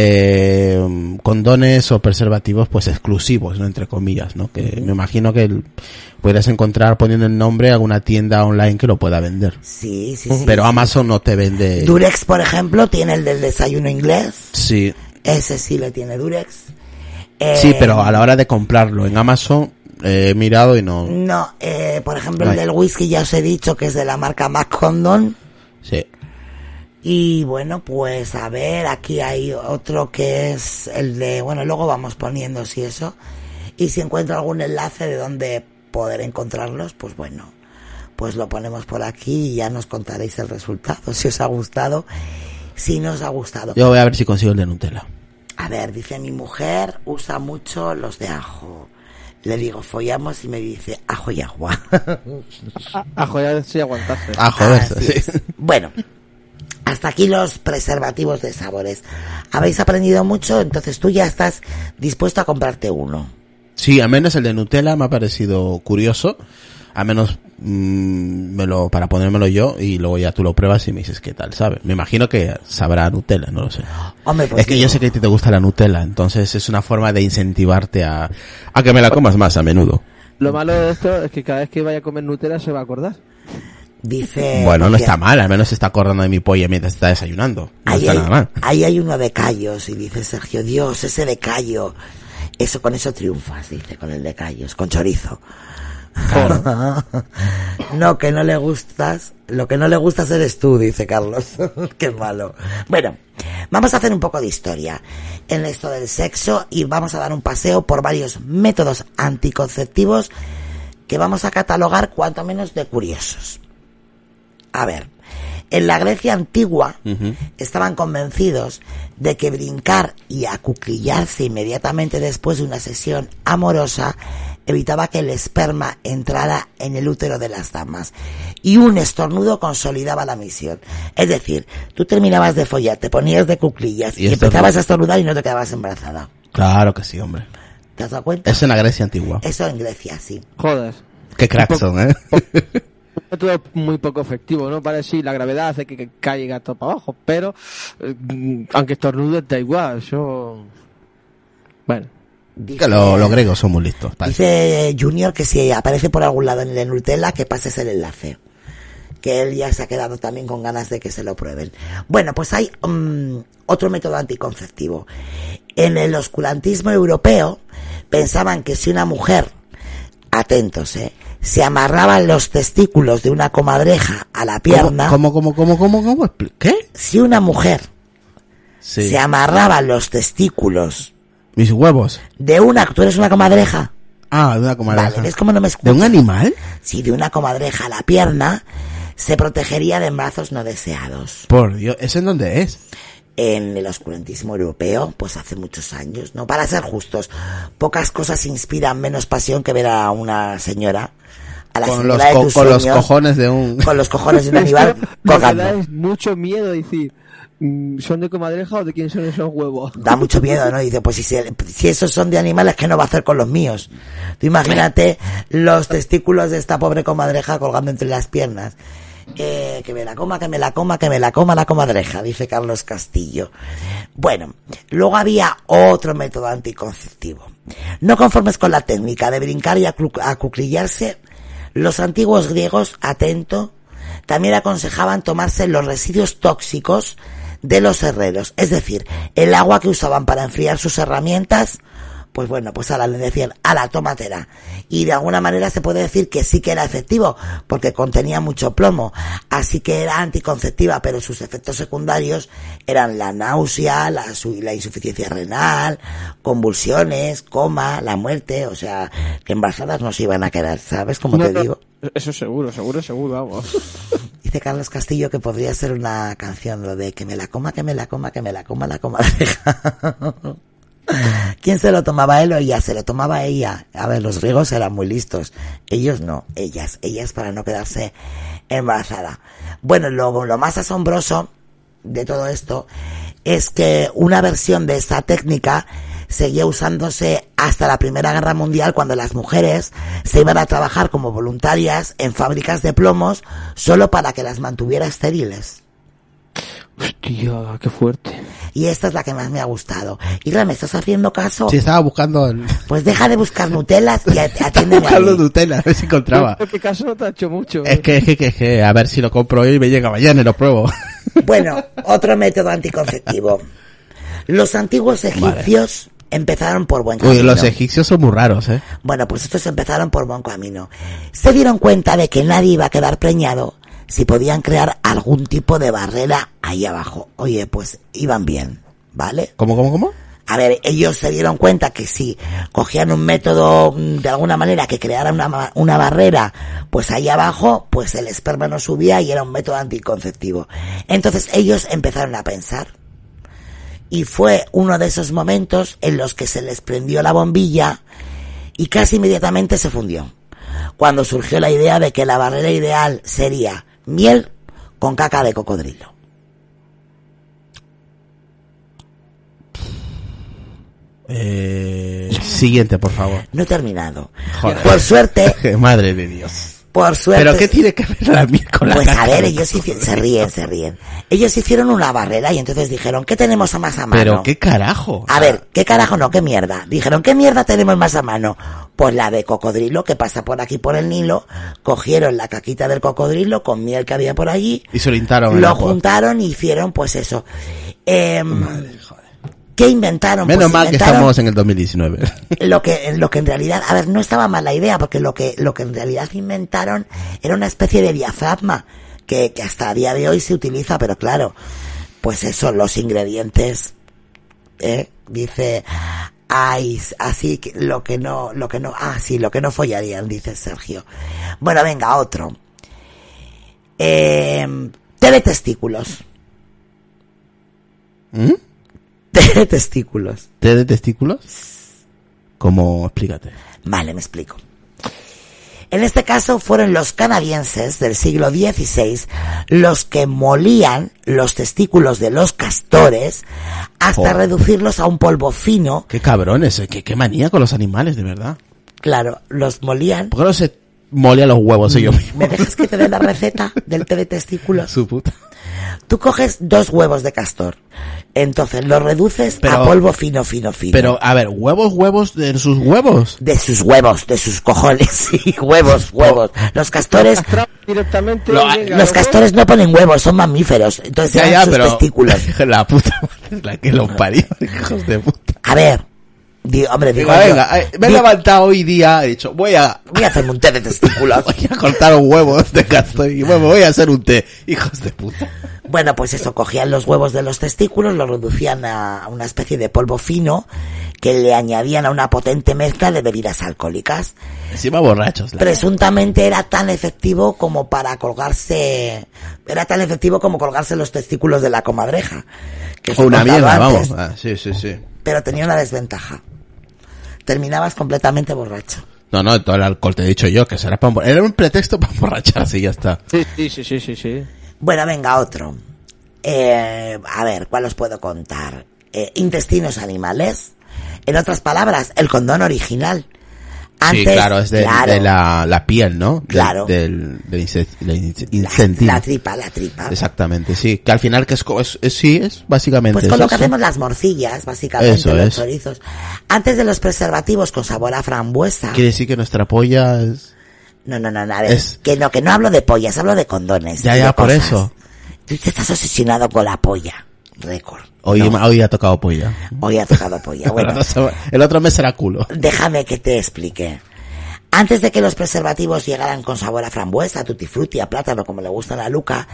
D: eh, condones o preservativos pues exclusivos, ¿no? Entre comillas, ¿no? Que me imagino que el- puedes encontrar poniendo el nombre alguna tienda online que lo pueda vender.
B: Sí, sí, sí.
D: Pero Amazon no te vende.
B: Durex, por ejemplo, tiene el del desayuno inglés.
D: Sí.
B: Ese sí le tiene Durex. Eh,
D: Sí, pero a la hora de comprarlo en Amazon eh, he mirado y no.
B: No, eh, por ejemplo, el
D: Ay.
B: del whisky ya os he dicho que es de la marca Mac Condon.
D: Sí.
B: Y bueno, pues a ver, aquí hay otro que es el de, bueno, luego vamos poniendo si eso. Y si encuentro algún enlace de donde poder encontrarlos, pues bueno, pues lo ponemos por aquí y ya nos contaréis el resultado, si os ha gustado, si no os ha gustado.
D: Yo voy a ver si consigo el de Nutella.
B: A ver, dice mi mujer usa mucho los de ajo. Le digo, follamos y me dice ajo y agua. *laughs*
C: Ah, A- Ajo, ya si aguantaste.
D: Ah, joder,
B: Así
D: sí.
B: es. Bueno, hasta aquí los preservativos de sabores. Habéis aprendido mucho, entonces tú ya estás dispuesto a comprarte uno.
D: *laughs* Sí, al menos el de Nutella me ha parecido curioso. Al menos mm, me lo, para ponérmelo yo y luego ya tú lo pruebas y me dices qué tal, ¿sabes? Me imagino que sabrá a Nutella, no lo sé.
B: Hombre, pues
D: es que yo sé que a ti te gusta la Nutella, entonces es una forma de incentivarte a, a que me la comas más a menudo.
C: Lo malo de esto es que cada vez que vaya a comer Nutella se va a acordar.
B: dice.
D: bueno, no
B: dice,
D: está mal, al menos se está acordando de mi polla mientras está desayunando. No
B: Ahí
D: está
B: hay,
D: nada mal.
B: ahí hay uno de callos y dice Sergio, Dios, ese de callo. Eso con eso triunfas, dice, con el de callos, con chorizo. *laughs* no, que no le gustas, lo que no le gustas eres tú, dice Carlos. *laughs* Qué malo. Bueno, vamos a hacer un poco de historia en esto del sexo y vamos a dar un paseo por varios métodos anticonceptivos que vamos a catalogar cuanto menos de curiosos. A ver, en la Grecia antigua
D: Ujú.
B: estaban convencidos de que brincar y acuclillarse inmediatamente después de una sesión amorosa evitaba que el esperma entrara en el útero de las damas y un estornudo consolidaba la misión. Es decir, tú terminabas de follar, te ponías de cuclillas
D: Y
B: y,
D: esto-
B: empezabas a estornudar y no te quedabas embarazada.
D: Claro que sí, hombre.
B: ¿Te has dado cuenta?
D: Es en la Grecia antigua.
B: Eso en Grecia, sí.
C: Jodas.
D: Qué cracks son, ¿eh? *laughs*
C: Es todo muy poco efectivo, ¿no? Para sí, la gravedad hace que, que caiga todo para abajo, pero eh, aunque estornude da igual, yo... Bueno,
B: Dice-
D: Que lo- los griegos son muy listos. para eso.
B: Dice eh, Junior que si aparece por algún lado en el Nutella, que pases el enlace. Que él ya se ha quedado también con ganas de que se lo prueben. Bueno, pues hay mm, otro método anticonceptivo. En el oscurantismo europeo pensaban que si una mujer, atentos, eh, se amarraban los testículos de una comadreja a la pierna,
D: ¿Cómo, cómo, cómo, cómo, cómo? Expli- ¿Qué?
B: si una mujer
D: Sí.
B: se amarraba los testículos
D: Mis huevos.
B: de una, tú eres una comadreja,
D: Ah, de una comadreja.
B: vale, ¿ves cómo no me
D: ¿De
B: escuchas?
D: un animal?
B: si de una comadreja a la pierna, se protegería de embarazos no deseados.
D: Por Dios, ¿eso en dónde es?
B: En el oscurantismo europeo, pues hace muchos años, ¿no? Para ser justos, pocas cosas inspiran menos pasión que ver a una señora, a la
D: Con los,
B: señora de
D: co-
B: tus
D: con los
B: sueños,
D: cojones de un...
B: con los cojones de un
C: Esto *laughs*
D: *laughs*
B: animal
C: lo que da
B: colgando.
C: es mucho miedo decir, mm, ¿son de comadreja o de quién son esos huevos?
B: *laughs* Da mucho miedo, ¿no? Dice, pues si, se- si esos son de animales, ¿qué no va a hacer con los míos? Tú imagínate los testículos de esta pobre comadreja colgando entre las piernas. Eh, que me la coma, que me la coma, que me la coma la comadreja, dice Carlos Castillo. Bueno, luego había otro método anticonceptivo. No conformes con la técnica de brincar y aclu- acuclillarse, los antiguos griegos, atento, también aconsejaban tomarse los residuos tóxicos de los herreros, es decir, el agua que usaban para enfriar sus herramientas, pues bueno, pues a la le decían, a la tómatela. Y de alguna manera se puede decir que sí que era efectivo, porque contenía mucho plomo, así que era anticonceptiva, pero sus efectos secundarios eran la náusea, la, su- la insuficiencia renal, convulsiones, coma, la muerte, o sea, que embarazadas no se iban a quedar, ¿sabes? Como te
C: No, no,
B: digo.
C: Eso seguro, seguro, seguro, vamos.
B: Dice Carlos Castillo que podría ser una canción lo de que me la coma, que me la coma, que me la coma *laughs* la comadreja. ¿Quién se lo tomaba él o ella? Se lo tomaba ella. A ver, los griegos eran muy listos. Ellos no, ellas, ellas para no quedarse embarazada. Bueno, lo, lo más asombroso de todo esto es que una versión de esta técnica seguía usándose hasta la Primera Guerra Mundial cuando las mujeres se iban a trabajar como voluntarias en fábricas de plomos solo para que las mantuviera estériles.
C: Hostia, qué fuerte.
B: Y esta es la que más me ha gustado. Irra, ¿me estás haciendo caso?
D: Si estaba buscando
B: *laughs*
D: el...
B: Pues deja de buscar Nutelas y
D: *laughs*
B: at- atiéndeme a
D: buscando
B: mí.
D: Nutella, a ver si
C: *laughs*
D: encontraba.
C: Creo que caso no te ha hecho mucho. eh.
D: Es que, es que, es que, a ver si lo compro hoy y me llega mañana y lo pruebo.
B: Bueno, otro método anticonceptivo. Los antiguos egipcios empezaron por buen camino.
D: Uy, los egipcios son muy raros, ¿eh?
B: Bueno, pues estos empezaron por buen camino. Se dieron cuenta de que nadie iba a quedar preñado si podían crear algún tipo de barrera ahí abajo. Oye, pues iban bien, ¿vale?
D: ¿Cómo, cómo, cómo?
B: A ver, ellos se dieron cuenta que si cogían un método mm, de alguna manera que creara una, ma- una barrera, pues ahí abajo, pues el esperma no subía y era un método anticonceptivo. Entonces ellos empezaron a pensar. Y fue uno de esos momentos en los que se les prendió la bombilla y casi inmediatamente se fundió. Cuando surgió la idea de que la barrera ideal sería miel con caca de cocodrilo.
D: Eh, siguiente, por favor.
B: No he terminado.
D: Joder.
B: Por suerte,
D: *laughs* Madre de Dios. *laughs*
B: por Eh. suerte.
D: ¿Pero qué tiene que ver la miel con la
B: Pues a
D: caca?
B: ver, ellos hici- se ríen, se ríen. Ellos hicieron una barrera y entonces dijeron, ¿qué tenemos a más a mano?
D: Pero qué carajo.
B: A ver, ¿qué carajo no? ¿Qué mierda? Dijeron, ¿qué mierda tenemos más a mano? Pues la de cocodrilo que pasa por aquí por el Nilo, cogieron la caquita del cocodrilo con miel que había por allí,
D: Y se orientaron. en
B: lo
D: la pues. po-
B: juntaron y hicieron pues eso. Em, ¿Qué inventaron?
D: Menos
B: Pues
D: mal que
B: inventaron-
D: estamos en el 2019.
B: *laughs* lo que lo que en realidad a ver no estaba mal la idea porque lo que lo que en realidad inventaron era una especie de diafragma que, que hasta a día de hoy se utiliza pero claro pues eso los ingredientes ¿eh? dice Ay, así que lo que no, lo que no, ah, sí, lo que no follarían, dice Sergio. Bueno, venga, otro. Eh, *laughs* teletestículos.
D: ¿Mm?
B: Teletestículos.
D: ¿Té de testículos? Como, explícate.
B: Vale, me explico. En este caso fueron los canadienses del siglo XVI los que molían los testículos de los castores hasta
D: Joder.
B: reducirlos a un polvo fino.
D: Qué cabrones, eh, qué, qué manía con los animales, de verdad.
B: Claro, los molían.
D: ¿Por qué no se mole a los huevos ellos mismos? *laughs*
B: ¿Me dejas que te dé la receta del té de testículos?
D: Su puta.
B: Tú coges dos huevos de castor. Entonces los reduces a
D: Pero-
B: polvo fino, fino, fino.
D: Pero, a ver, huevos, huevos de sus huevos.
B: de sus huevos, de sus cojones, *laughs* sí, huevos, huevos. Los castores,
C: Castrado directamente.
D: Lo- eh,
C: venga,
B: los castores no ponen huevos, son mamíferos, entonces
D: Ya,
B: eran
D: ya,
B: sus
D: pero.
B: testículos.
D: *laughs* La puta madre, la que los parió, *laughs* hijos de puta.
B: A ver, di- hombre, digo,
D: Digo,
B: yo,
D: venga, ay, me he
B: di-
D: levantado hoy día, he dicho, voy a,
B: voy a hacerme un té de testículos.
D: *laughs* voy a cortar un huevo de castor y bueno, me voy a hacer un té, hijos de puta.
B: Bueno, pues eso, cogían los huevos de los testículos, los reducían a una especie de polvo fino que le añadían a una potente mezcla de bebidas alcohólicas.
D: Encima borrachos. la-
B: Presuntamente era tan efectivo como para colgarse, era tan efectivo como colgarse los testículos de la comadreja. Que os he
D: O una
B: contado
D: mierda,
B: antes,
D: vamos. Ah, sí, sí, sí.
B: Pero tenía una desventaja. Terminabas completamente borracho.
D: No, no, todo el alcohol te he dicho yo, que será para embor- Era un pretexto *laughs* para emborracharse y ya está.
C: Sí, sí, sí, sí, sí, sí.
B: Bueno, venga, otro. Eh, a ver, ¿cuál os puedo contar? Eh, intestinos animales. En otras palabras, el condón original. Antes,
D: sí, claro, es de,
B: claro,
D: de la, la piel, ¿no? Del-
B: Claro.
D: Del, del, ince- del ince-
B: la-
D: incentivo.
B: la tripa, la tripa.
D: Exactamente, sí. Que al final que es, co- es- es- sí, es básicamente
B: Pues con lo
D: eso,
B: que
D: sí.
B: hacemos las morcillas, básicamente,
D: Eso
B: los
D: es.
B: chorizos. Antes de los preservativos con sabor a frambuesa.
D: Quiere decir que nuestra polla es...
B: No, no, no, no, a ver,
D: Es-
B: que no, que no hablo de pollas, hablo de condones.
D: Ya,
B: y de
D: ya, por
B: cosas.
D: eso.
B: Tú te estás obsesionado con la polla. Récord.
D: Hoy,
B: No,
D: hoy ha tocado polla.
B: hoy ha tocado
D: *laughs*
B: polla. Bueno,
D: el otro mes será culo.
B: déjame que te explique. Antes de que los preservativos llegaran con sabor a frambuesa, tutti frutti, a plátano, como le gusta a la Luca,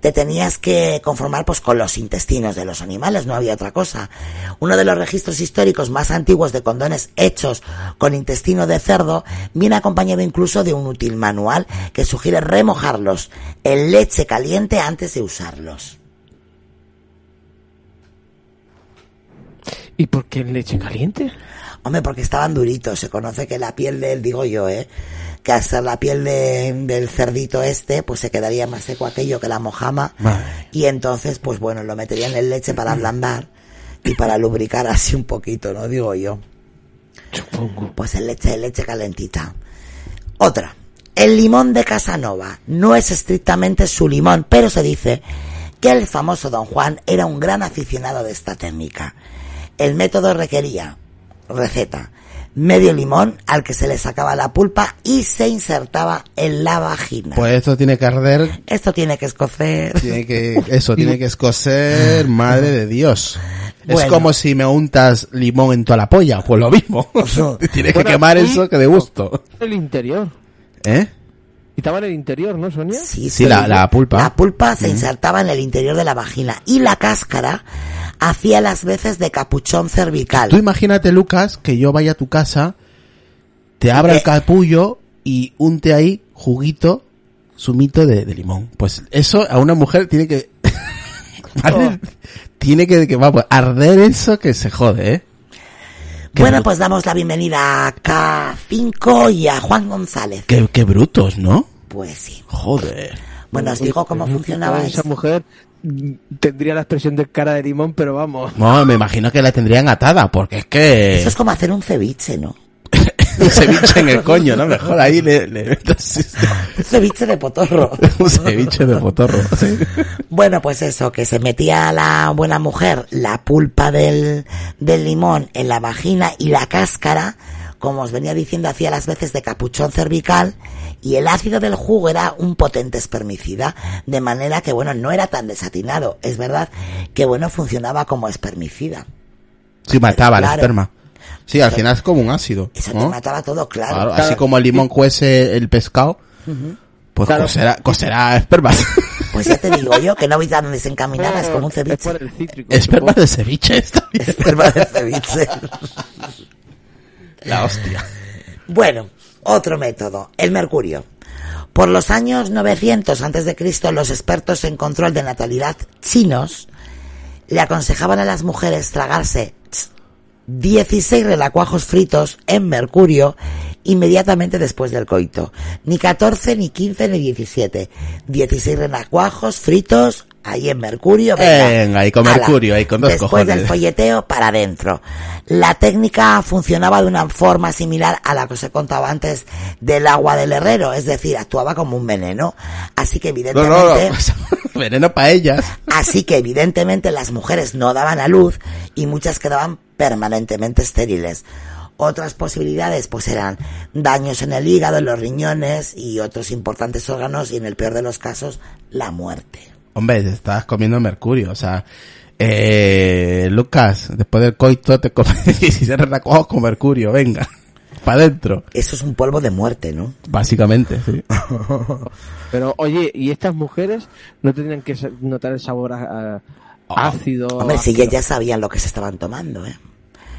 B: te tenías que conformar pues con los intestinos de los animales, no había otra cosa. Uno de los registros históricos más antiguos de condones hechos con intestino de cerdo viene acompañado incluso de un útil manual que sugiere remojarlos en leche caliente antes de usarlos.
C: ¿Y por qué leche caliente?
B: Hombre, porque estaban duritos. Se conoce que la piel del, digo yo, ¿eh? Que hasta la piel de- del cerdito este, pues se quedaría más seco aquello que la mojama.
D: Madre.
B: Y entonces, pues bueno, lo meterían en leche para ablandar y para lubricar así un poquito, ¿no? Digo yo.
C: Supongo.
B: Pues en leche, en leche calentita. Otra. El limón de Casanova no es estrictamente su limón, pero se dice que el famoso Don Juan era un gran aficionado de esta técnica. El método requería receta, medio limón al que se le sacaba la pulpa y se insertaba en la vagina.
D: Pues esto tiene que arder,
B: Esto tiene que escocer.
D: tiene que, eso, tiene que escocer, madre de Dios. Es
B: Bueno.
D: como si me untas limón en toda la polla, pues lo mismo. *laughs* Tienes que
C: Bueno,
D: quemar
C: y-
D: eso que de gusto.
C: El interior.
D: ¿Eh?
C: Y estaba en el interior, ¿no, Sonia?
D: Sí,
B: pero
D: la- la pulpa.
B: La pulpa se insertaba en el interior de la vagina y la cáscara hacía las veces de capuchón cervical.
D: Tú imagínate, Lucas, que yo vaya a tu casa, te abra
B: Eh.
D: el capullo y unte ahí juguito, sumito de, de limón. Pues eso a una mujer tiene que... *laughs* ¿Vale? Tiene que, que vamos, arder eso que se jode, ¿eh? Qué
B: Bueno,
D: bru-
B: pues damos la bienvenida a K5 y a Juan González.
D: Qué, qué brutos, ¿no?
B: Pues sí.
D: Joder.
B: Bueno, os digo cómo funcionaba
C: Esa
B: eso.
C: mujer mm, tendría la expresión de cara de limón, pero vamos.
D: No, me imagino que la tendrían atada, porque es que...
B: Eso es como hacer un ceviche, ¿no?
D: *laughs* un ceviche en el coño, ¿no? Mejor ahí le, le metes
B: Un ceviche de potorro.
D: *laughs* un ceviche de potorro. sí.
B: Bueno, pues eso, que se metía la buena mujer la pulpa del, del limón en la vagina y la cáscara, como os venía diciendo, hacía las veces de capuchón cervical y el ácido del jugo era un potente espermicida, de manera que, bueno, no era tan desatinado. Es verdad que, bueno, funcionaba como espermicida.
D: Sí, mataba
B: Claro.
D: el esperma. Sí, al final es como un ácido.
B: Eso te
D: ¿no?
B: mataba todo, claro.
D: Claro, así como el limón cuece el pescado, pues
C: Claro.
D: cocerá, cocerá espermas. *laughs*
B: Pues ya te digo yo que no voy tan desencaminada, es como un
C: Es
B: ceviche.
C: por el cítrico.
D: Esperma de ceviche está bien.
B: *laughs* Esperma de ceviche.
D: La hostia.
B: Bueno, otro método, el mercurio. Por los años 900 antes de Cristo, los expertos en control de natalidad chinos le aconsejaban a las mujeres tragarse tss, 16 relacuajos fritos en mercurio inmediatamente después del coito. Ni 14, ni 15, ni 17. 16 renacuajos fritos ahí en mercurio.
D: Venga, ahí con
B: Ala.
D: mercurio, ahí con dos
B: Después
D: cojones.
B: del folleteo para adentro. La técnica funcionaba de una forma similar a la que se contaba antes del agua del herrero, es decir, actuaba como un veneno. Así que
D: No,
B: evidentemente...
D: no, no. *laughs* Veneno para ellas.
B: Así que evidentemente las mujeres no daban a luz y muchas quedaban permanentemente estériles. Otras posibilidades pues eran daños en el hígado, en los riñones y otros importantes órganos y en el peor de los casos la muerte.
D: Hombre, te estás comiendo mercurio, o sea. Eh, Lucas, después del coito te *laughs* comes 16 renacuajos con mercurio, venga. *laughs* Para adentro.
B: Eso es un polvo de muerte, ¿no?
D: Básicamente, sí.
C: Pero oye, ¿y estas mujeres no tendrían que sa- notar el sabor a, a-
D: Oh.
C: ácido?
B: Hombre, si ya, ya sabían lo que se estaban tomando, ¿eh?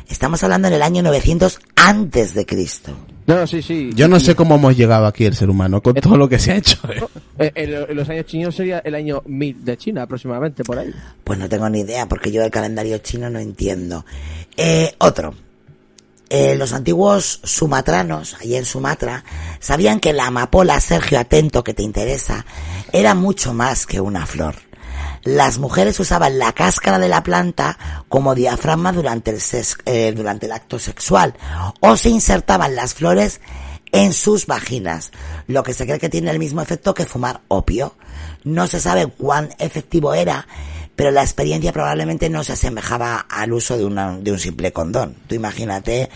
B: Estamos hablando en el año 900 antes de Cristo.
C: No, sí, sí.
D: Yo no sé cómo hemos llegado aquí el ser humano con todo lo que se ha hecho. ¿eh?
C: Eh, en lo- en los años chinos sería el año 1000 de China aproximadamente, por ahí.
B: Pues no tengo ni idea, porque yo el calendario chino no entiendo. Eh, otro. Eh, los antiguos sumatranos, allí en Sumatra, sabían que la amapola, Sergio, atento que te interesa, era mucho más que una flor. Las mujeres usaban la cáscara de la planta como diafragma durante el, ses- eh, durante el acto sexual o se insertaban las flores en sus vaginas, lo que se cree que tiene el mismo efecto que fumar opio. No se sabe cuán efectivo era, pero la experiencia probablemente no se asemejaba al uso de, una- de un simple condón. Tú imagínate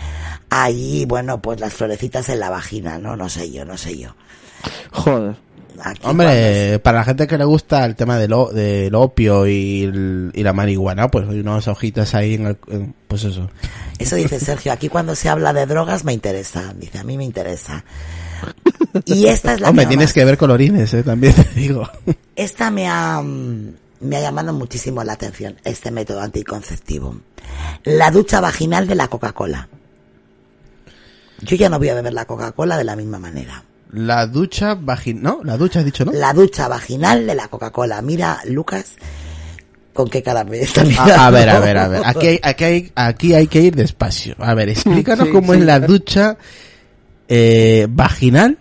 B: allí, bueno, pues las florecitas en la vagina, ¿no? No sé yo, no sé yo.
C: Joder.
B: Aquí,
D: Hombre, para la gente que le gusta el tema del, o- del opio y, el- y la marihuana, pues hay unas hojitas ahí en el... en- pues eso.
B: cuando- Eso dice Sergio, aquí cuando se habla de drogas me interesa, dice, a mí me interesa. Y esta es la
D: Hombre,
B: que
D: tienes
B: más-
D: que ver colorines, ¿eh? también te digo. *laughs*
B: Esta me ha, mm, me ha llamado muchísimo la atención, este método anticonceptivo. La ducha vaginal de la Coca-Cola. Yo ya no voy a beber la Coca-Cola de la misma manera.
D: La ducha vagina... No, la ducha has dicho, ¿no?
B: La ducha vaginal de la Coca-Cola. Mira, Lucas, con qué cara me está mirando.
D: A, a ver, a ver,
B: *laughs*
D: a ver. Aquí hay, aquí hay, aquí hay que ir despacio. A ver, explícanos
C: Sí,
D: cómo
C: sí.
D: es la ducha eh, vaginal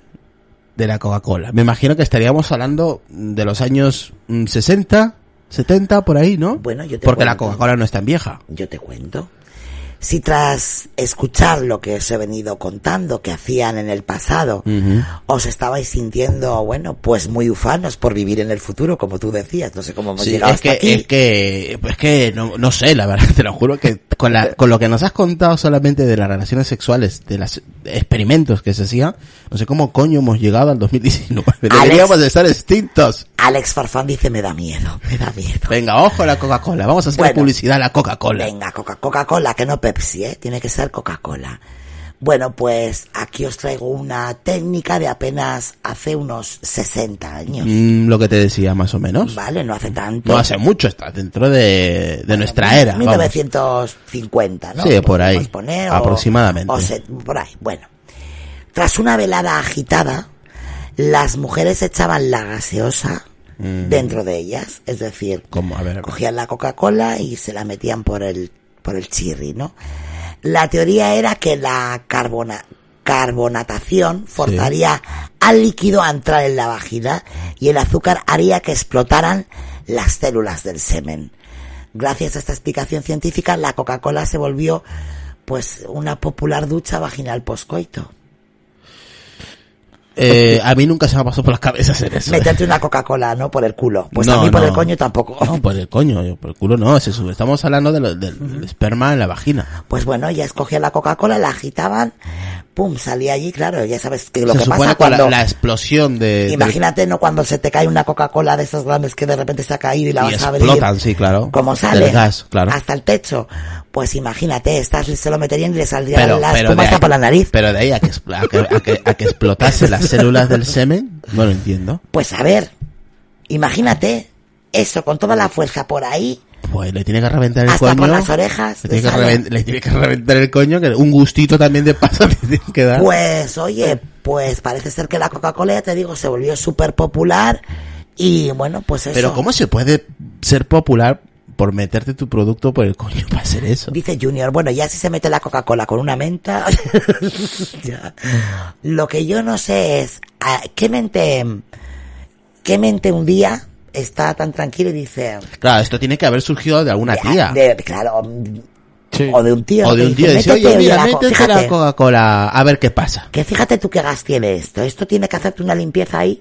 D: de la Coca-Cola. Me imagino que estaríamos hablando de los años mm, 60, 70, por ahí, ¿no?
B: Bueno, yo te
D: Porque la
B: cuento.
D: Coca-Cola no es tan vieja.
B: Yo te cuento. Si tras escuchar lo que os he venido contando que hacían en el pasado, os estabais sintiendo, bueno, pues muy ufanos por vivir en el futuro, como tú decías. No sé cómo hemos
D: Sí,
B: llegado
D: es
B: hasta
D: que,
B: aquí.
D: es que, es que no, no sé, la verdad, *laughs* te lo juro que con, la, con lo que nos has contado solamente de las relaciones sexuales, de los experimentos que se hacían, no sé cómo coño hemos llegado al 2019.
B: Alex.
D: Deberíamos de estar extintos.
B: Alex Farfán dice, me da miedo, me da miedo.
D: Venga, ojo a la Coca-Cola, vamos a hacer
B: Bueno.
D: publicidad a la Coca-Cola.
B: Venga, Coca- Coca-Cola, que no Pepsi, ¿eh? Tiene que ser Coca-Cola. Bueno, pues aquí os traigo una técnica de apenas hace unos 60 años.
D: Mm, lo que te decía más o menos.
B: Vale, no hace tanto.
D: No hace mucho, está dentro de, de nuestra era. vamos.
B: 1950, ¿no?
D: Sí, por
B: Podríamos
D: ahí,
B: o-
D: aproximadamente.
B: O, se- por ahí, bueno. Tras una velada agitada, las mujeres echaban la gaseosa dentro de ellas, es decir,
D: Mm. ¿Cómo? A ver, a ver.
B: cogían la Coca-Cola y se la metían por el, por el chirri, ¿no? La teoría era que la carbona- carbonatación forzaría al líquido a entrar en la vagina y el azúcar haría que explotaran las células del semen. Gracias a esta explicación científica, la Coca-Cola se volvió pues una popular ducha vaginal poscoito.
D: Eh, a mí nunca se me ha pasado por las cabezas hacer eso. ¿eh?
B: Meterte una Coca-Cola, ¿no? Por el culo. Pues a
D: No,
B: mí por
D: no.
B: el coño
D: *laughs*
B: tampoco.
D: No, por el coño, yo por el culo no, se sube. Estamos hablando de lo- del, del esperma en la vagina.
B: Pues bueno, ya escogían la Coca-Cola, la agitaban, pum, salía allí, claro, ya sabes que lo
D: se
B: que
D: supone
B: pasa
D: que la-
B: cuando...
D: la, explosión de... del-
B: Imagínate, ¿no? Cuando se te cae una Coca-Cola de esas grandes que de repente se ha caído y la
D: y
B: vas a abrir.
D: explotan, sí, claro.
B: Como
D: Del
B: sale.
D: gas, claro.
B: Hasta el techo. Pues imagínate, estas se lo meterían y le saldrían
D: Pero,
B: las
D: pero, de
B: espumas
D: ahí,
B: hasta por la nariz.
D: pero de ahí a que, expl- a que, a que- a que explotase las células del semen, no lo entiendo.
B: Pues a ver, Imagínate eso con toda la fuerza por ahí,
D: Pues le tiene que reventar el
B: Hasta
D: coño.
B: por las orejas,
D: Le tiene, que
B: sale.
D: reven- le tiene que reventar el coño, que un gustito también de paso *laughs* le tiene que dar.
B: Pues oye, pues parece ser que la Coca-Cola, ya te digo, se volvió súper popular y bueno, pues eso.
D: Pero ¿cómo se puede ser popular por meterte tu producto por el coño para hacer eso?
B: Dice Junior, bueno, ya si se mete la Coca-Cola con una menta, *laughs* ya. lo que yo no sé es, ah, ¿qué mente, qué mente un día está tan tranquila y dice,
D: Claro, esto tiene que haber surgido de alguna tía.
B: de- claro, mm,
C: Sí.
B: o de un tío,
D: o
B: que
D: de un tío. Dice,
B: "Métete
D: oye,
B: el de
D: mira,
B: la co-".
D: métete
B: Fíjate,
D: la Coca-Cola, a ver qué pasa.
B: que fíjate tú qué gas tiene esto, esto tiene que hacerte una limpieza ahí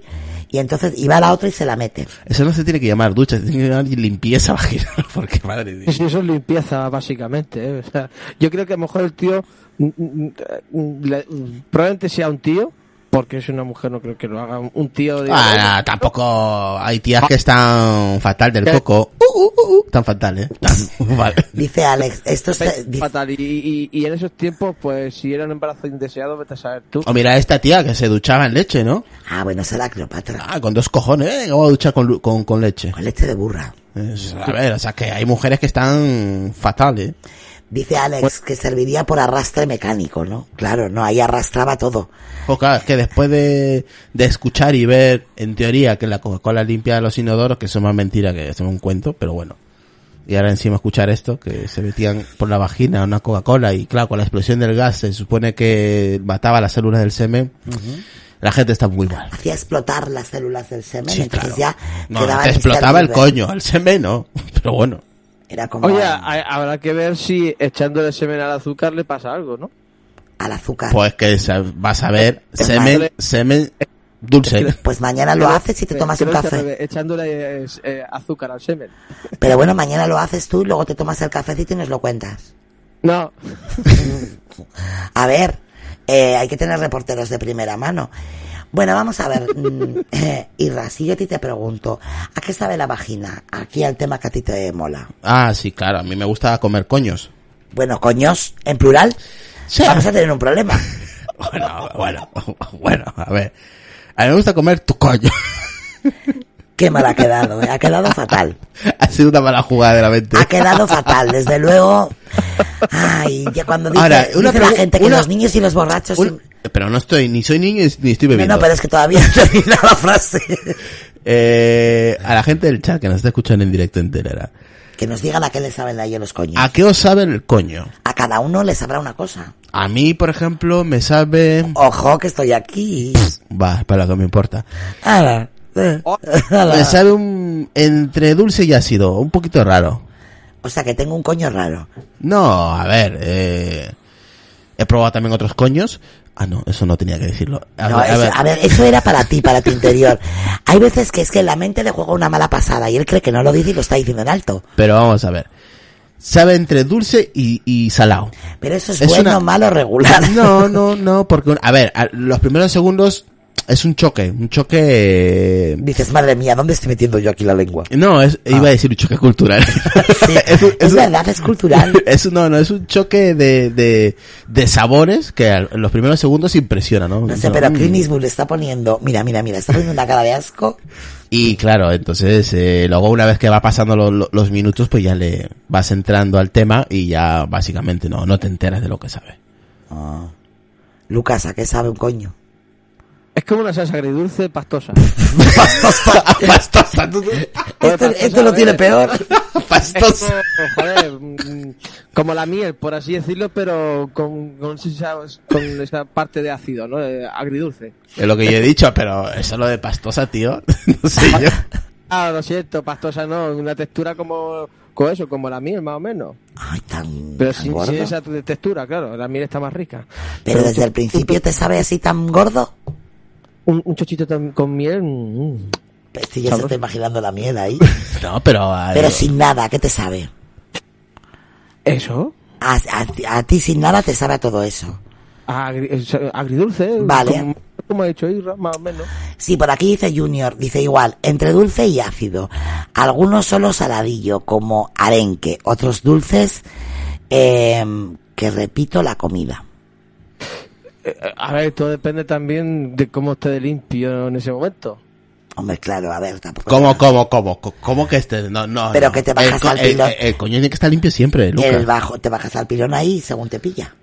B: y entonces, y va la otra y se la mete.
D: Eso no se tiene que llamar ducha, se tiene que llamar limpieza *laughs* vaginal, porque madre de
C: Sí,
D: Dios.
C: sí, eso es limpieza, básicamente. ¿eh? O sea, yo creo que a lo mejor el tío. mm, mm, mm, le- mm, probablemente sea un tío, porque es una mujer, no creo que lo haga. Un tío. diga,
D: Ah, no, tampoco hay tías que están fatal del coco. Uh, uh, uh, uh, tan fatal, ¿eh? Tan- *laughs* vale.
B: Dice Alex, esto
C: "Oye,
B: se, dice-
C: fatal. Y, y- y en esos tiempos, pues si era un embarazo indeseado, vete a saber tú.
D: O mira esta tía que se duchaba en leche, ¿no?
B: ah, bueno, será Cleopatra,
D: Ah, con dos cojones, ¿eh? Vamos a duchar con, lu- con, con leche.
B: con leche de burra.
D: Es- a ver, o sea que hay mujeres que están ¿eh? fatales.
B: Dice Alex que serviría por arrastre mecánico, ¿no? Claro, no, ahí arrastraba todo.
D: O claro, es que después de, de escuchar y ver, en teoría, que la Coca-Cola limpia los inodoros, que eso es más mentira que eso es un cuento, pero bueno. Y ahora encima escuchar esto, que se metían por la vagina una Coca-Cola y claro, con la explosión del gas se supone que mataba las células del semen. La gente está muy mal.
B: Hacía explotar las células del semen,
D: Sí,
B: entonces
D: claro.
B: ya
D: No,
B: quedaban
D: te explotaba el
B: inservibles.
D: coño, el semen no, pero bueno.
B: Era como
C: Oye, a- habrá que ver si echándole semen al azúcar le pasa algo, ¿no?
B: al azúcar. Pues,
D: Pues que sa- vas a ver
B: Pues
D: semen,
C: madre.
D: semen dulce.
B: mañana lo
C: Creo-
B: haces y te
C: creo-
B: tomas un
C: creo que al
B: café.
C: revés, Echándole eh, eh, azúcar al semen.
B: Pero bueno, mañana lo haces tú y luego te tomas el cafecito y nos lo cuentas.
C: No,
B: A ver, eh, hay que tener reporteros de primera mano. Bueno, vamos a
C: *laughs*
B: ver. mm, eh, Irra, si yo a ti te pregunto, ¿a qué sabe la vagina? Aquí al tema que a ti te mola.
D: Ah, sí, claro, a mí me gusta comer coños.
B: Bueno, coños, en plural,
D: Sí.
B: vamos a tener un
C: *laughs*
B: problema.
D: Bueno, bueno, bueno, a ver. A mí me gusta comer tu coño. *laughs*
B: Qué mal ha quedado, eh, ha quedado fatal.
D: Ha sido una mala jugada de la mente.
B: Ha quedado fatal, desde luego. Ay, ya cuando dice,
D: Ahora, una
B: dice la
D: pregu-
B: gente que
D: una-
B: los niños y los borrachos...
D: Un- Pero no estoy, ni soy niño ni
B: No,
D: estoy bebiendo.
B: no, pero es que
D: *laughs*
B: todavía no termina la frase.
D: Eh, a la gente del chat que nos está escuchando en directo entera.
B: Que nos digan a qué le saben ahí los coños.
D: ¿A qué os sabe el coño?
B: A cada uno le sabrá una cosa.
D: A mí, por ejemplo, me sabe...
B: Ojo, que estoy aquí.
D: Va, para lo que me
B: *laughs*
D: importa.
B: Ala, eh,
D: Me
B: ala.
D: sabe un... entre dulce y ácido, un poquito raro.
B: O sea, que tengo un coño raro.
D: No, a ver, eh, he probado también otros coños. Ah, no, eso no tenía que decirlo. A,
B: No,
D: ver, a
B: eso,
D: ver,
B: a ver, eso era para ti, para tu interior. Hay veces que es que la mente le juega una mala pasada y él cree que no lo dice y lo está diciendo en alto.
D: pero vamos a ver. Sabe entre dulce y,
B: *laughs*
D: y salado.
B: Pero eso es,
D: Es
B: bueno,
D: una-
B: malo, regular.
D: *laughs* No, no, no, porque, a ver, a- los primeros segundos es un choque, un choque...
B: Dices, madre mía, ¿dónde estoy metiendo yo aquí la lengua?
D: No, es- iba a decir un choque cultural.
B: Ah.
D: *laughs*
B: Sí, es, verdad, es cultural.
D: Es un, no, no, es un choque de, de, de sabores que a los primeros segundos impresiona, ¿no?
B: No sé,
D: Mm.
B: pero Clint Eastwood le está poniendo, mira, mira, mira, está poniendo una cara de asco.
D: Y claro, entonces eh, luego una vez que va pasando lo- lo- los minutos, pues ya le vas entrando al tema y ya básicamente no, no te enteras de lo que sabe.
B: Ah. Lucas, ¿a qué sabe un coño?
C: es como una salsa
B: *laughs*
C: agridulce pastosa.
D: *laughs* pastosa, tú-
B: Esto,
C: Oye,
B: esto lo
C: Pastosa,
B: tiene
C: ¿eh?
B: peor.
C: Es
D: pastosa.
C: como, joder, mm, como la miel, por así decirlo, pero con, con, esa, con esa parte de ácido, ¿no? Eh, agridulce.
D: Es lo que yo he dicho, pero eso lo de pastosa, tío, *laughs* no sé yo.
C: Ah, lo siento, pastosa no, una textura como, como eso, como la miel, más o menos.
B: Ay, tan,
C: Pero
B: tan
C: sin,
B: gordo.
C: sin esa te- textura, claro, la miel está más rica.
B: Pero desde
C: tú-
B: el principio te sabe así tan gordo.
C: Un, un chochito tan- con miel. mm,
B: Pues sí, ya se
C: Sabroso.
B: está imaginando la miel ahí.
D: No, pero... ah, ay,
B: Pero sin nada, ¿qué te sabe?
C: ¿Eso?
B: A, a- a ti sin nada te sabe a todo eso.
C: Agri- eh, agridulce.
B: Vale.
C: Como, como ha dicho Isra, más o menos.
B: Sí, por aquí dice Junior, dice igual, entre dulce y ácido. Algunos solo saladillo, como arenque, otros dulces eh, que repito la comida.
C: Eh, A ver, todo depende también de cómo esté de limpio en ese momento.
B: Hombre, claro, a ver, tampoco.
D: ¿Cómo, cómo, cómo? Co- ¿Cómo que este? No, no.
B: Pero
D: no.
B: que te bajas
D: El co-
B: al
D: el-
B: pilón.
D: El, el coño tiene que estar limpio siempre,
B: Y el
D: Lucas.
B: bajo, te bajas al pilón ahí según te pilla.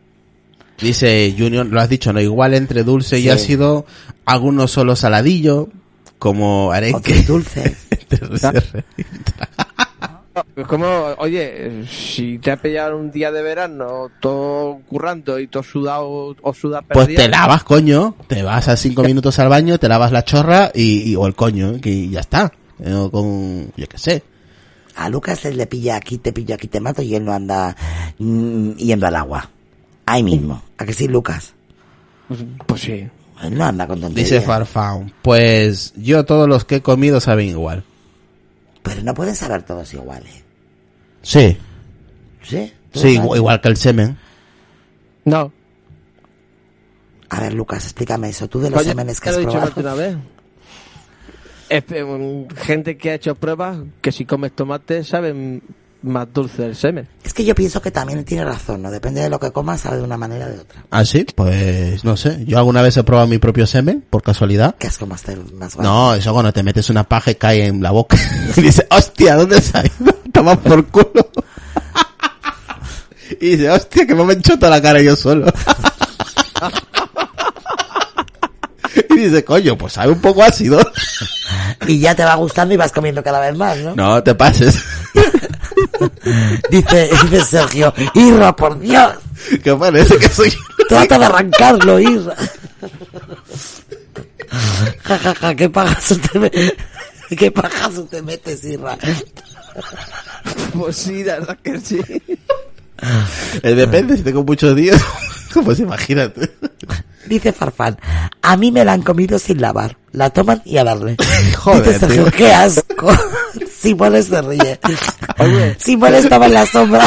D: Dice Junior, lo has dicho, ¿no? Igual entre dulce
B: Sí.
D: y ácido, algunos solo saladillo, como arenque.
B: Otros dulces.
D: *laughs* Entre dulce y re-
C: Es como, oye, si te has pillado un día de verano, todo currando y todo sudado o sudado
D: Pues
C: perdida,
D: te lavas, coño. Te vas a cinco minutos al baño, te lavas la chorra y, y- o el coño, que ya está. Eh, o con, yo qué sé.
B: A Lucas él le pilla aquí, te pillo aquí, te mato y él no anda mm, yendo al agua. Ahí mismo. ¿A que sí, Lucas?
C: Pues sí.
B: Él no anda con tonterías.
D: Dice Farfaun, pues yo todos los que he comido saben igual.
B: Pero no pueden saber todos iguales. ¿eh?
D: Sí.
B: ¿Sí? Todos
D: Sí,
B: saben.
D: igu- igual que el semen.
C: No.
B: A ver, Lucas, explícame eso. Tú de los
C: Oye,
B: semenes que
C: ya
B: has
C: lo he dicho más de
B: probado.
C: una vez. Este, um, gente que ha hecho pruebas que si comes tomate saben más dulce el semen.
B: Es que yo pienso que también tiene razón, ¿no? Depende de lo que comas, sabe de una manera o de otra.
D: Ah, sí, pues no sé. Yo alguna vez he probado mi propio semen, por casualidad.
B: ¿Qué asco más, te- más vale.
D: No, eso cuando te metes una paja y cae en la boca. *laughs* y dice, hostia, ¿dónde salió? *laughs* Toma por culo. *laughs* y dice, hostia, que me he toda la cara yo solo. *laughs* y dice, coño, pues sabe un poco ácido.
B: Y ya te va gustando y vas comiendo cada vez más, ¿no?
D: no, te pases.
B: *laughs* Dice, dice Sergio, Irra, por Dios,
D: *laughs* que parece que soy... *laughs*
B: trata de arrancarlo, Irra. *laughs* Ja, ja, ja, qué pajazo te, me- qué pajazo te metes, Irra.
C: *laughs* Pues sí, la verdad que sí.
D: Eh, Depende, si tengo muchos días. *laughs* pues imagínate.
B: Dice Farfán, a mí me la han comido sin lavar, la toman y a darle.
D: *laughs* Joder,
B: Dice Sergio,
D: tío.
B: qué asco. *laughs* Simones se
D: *laughs*
B: ríe. Simones estaba en la sombra.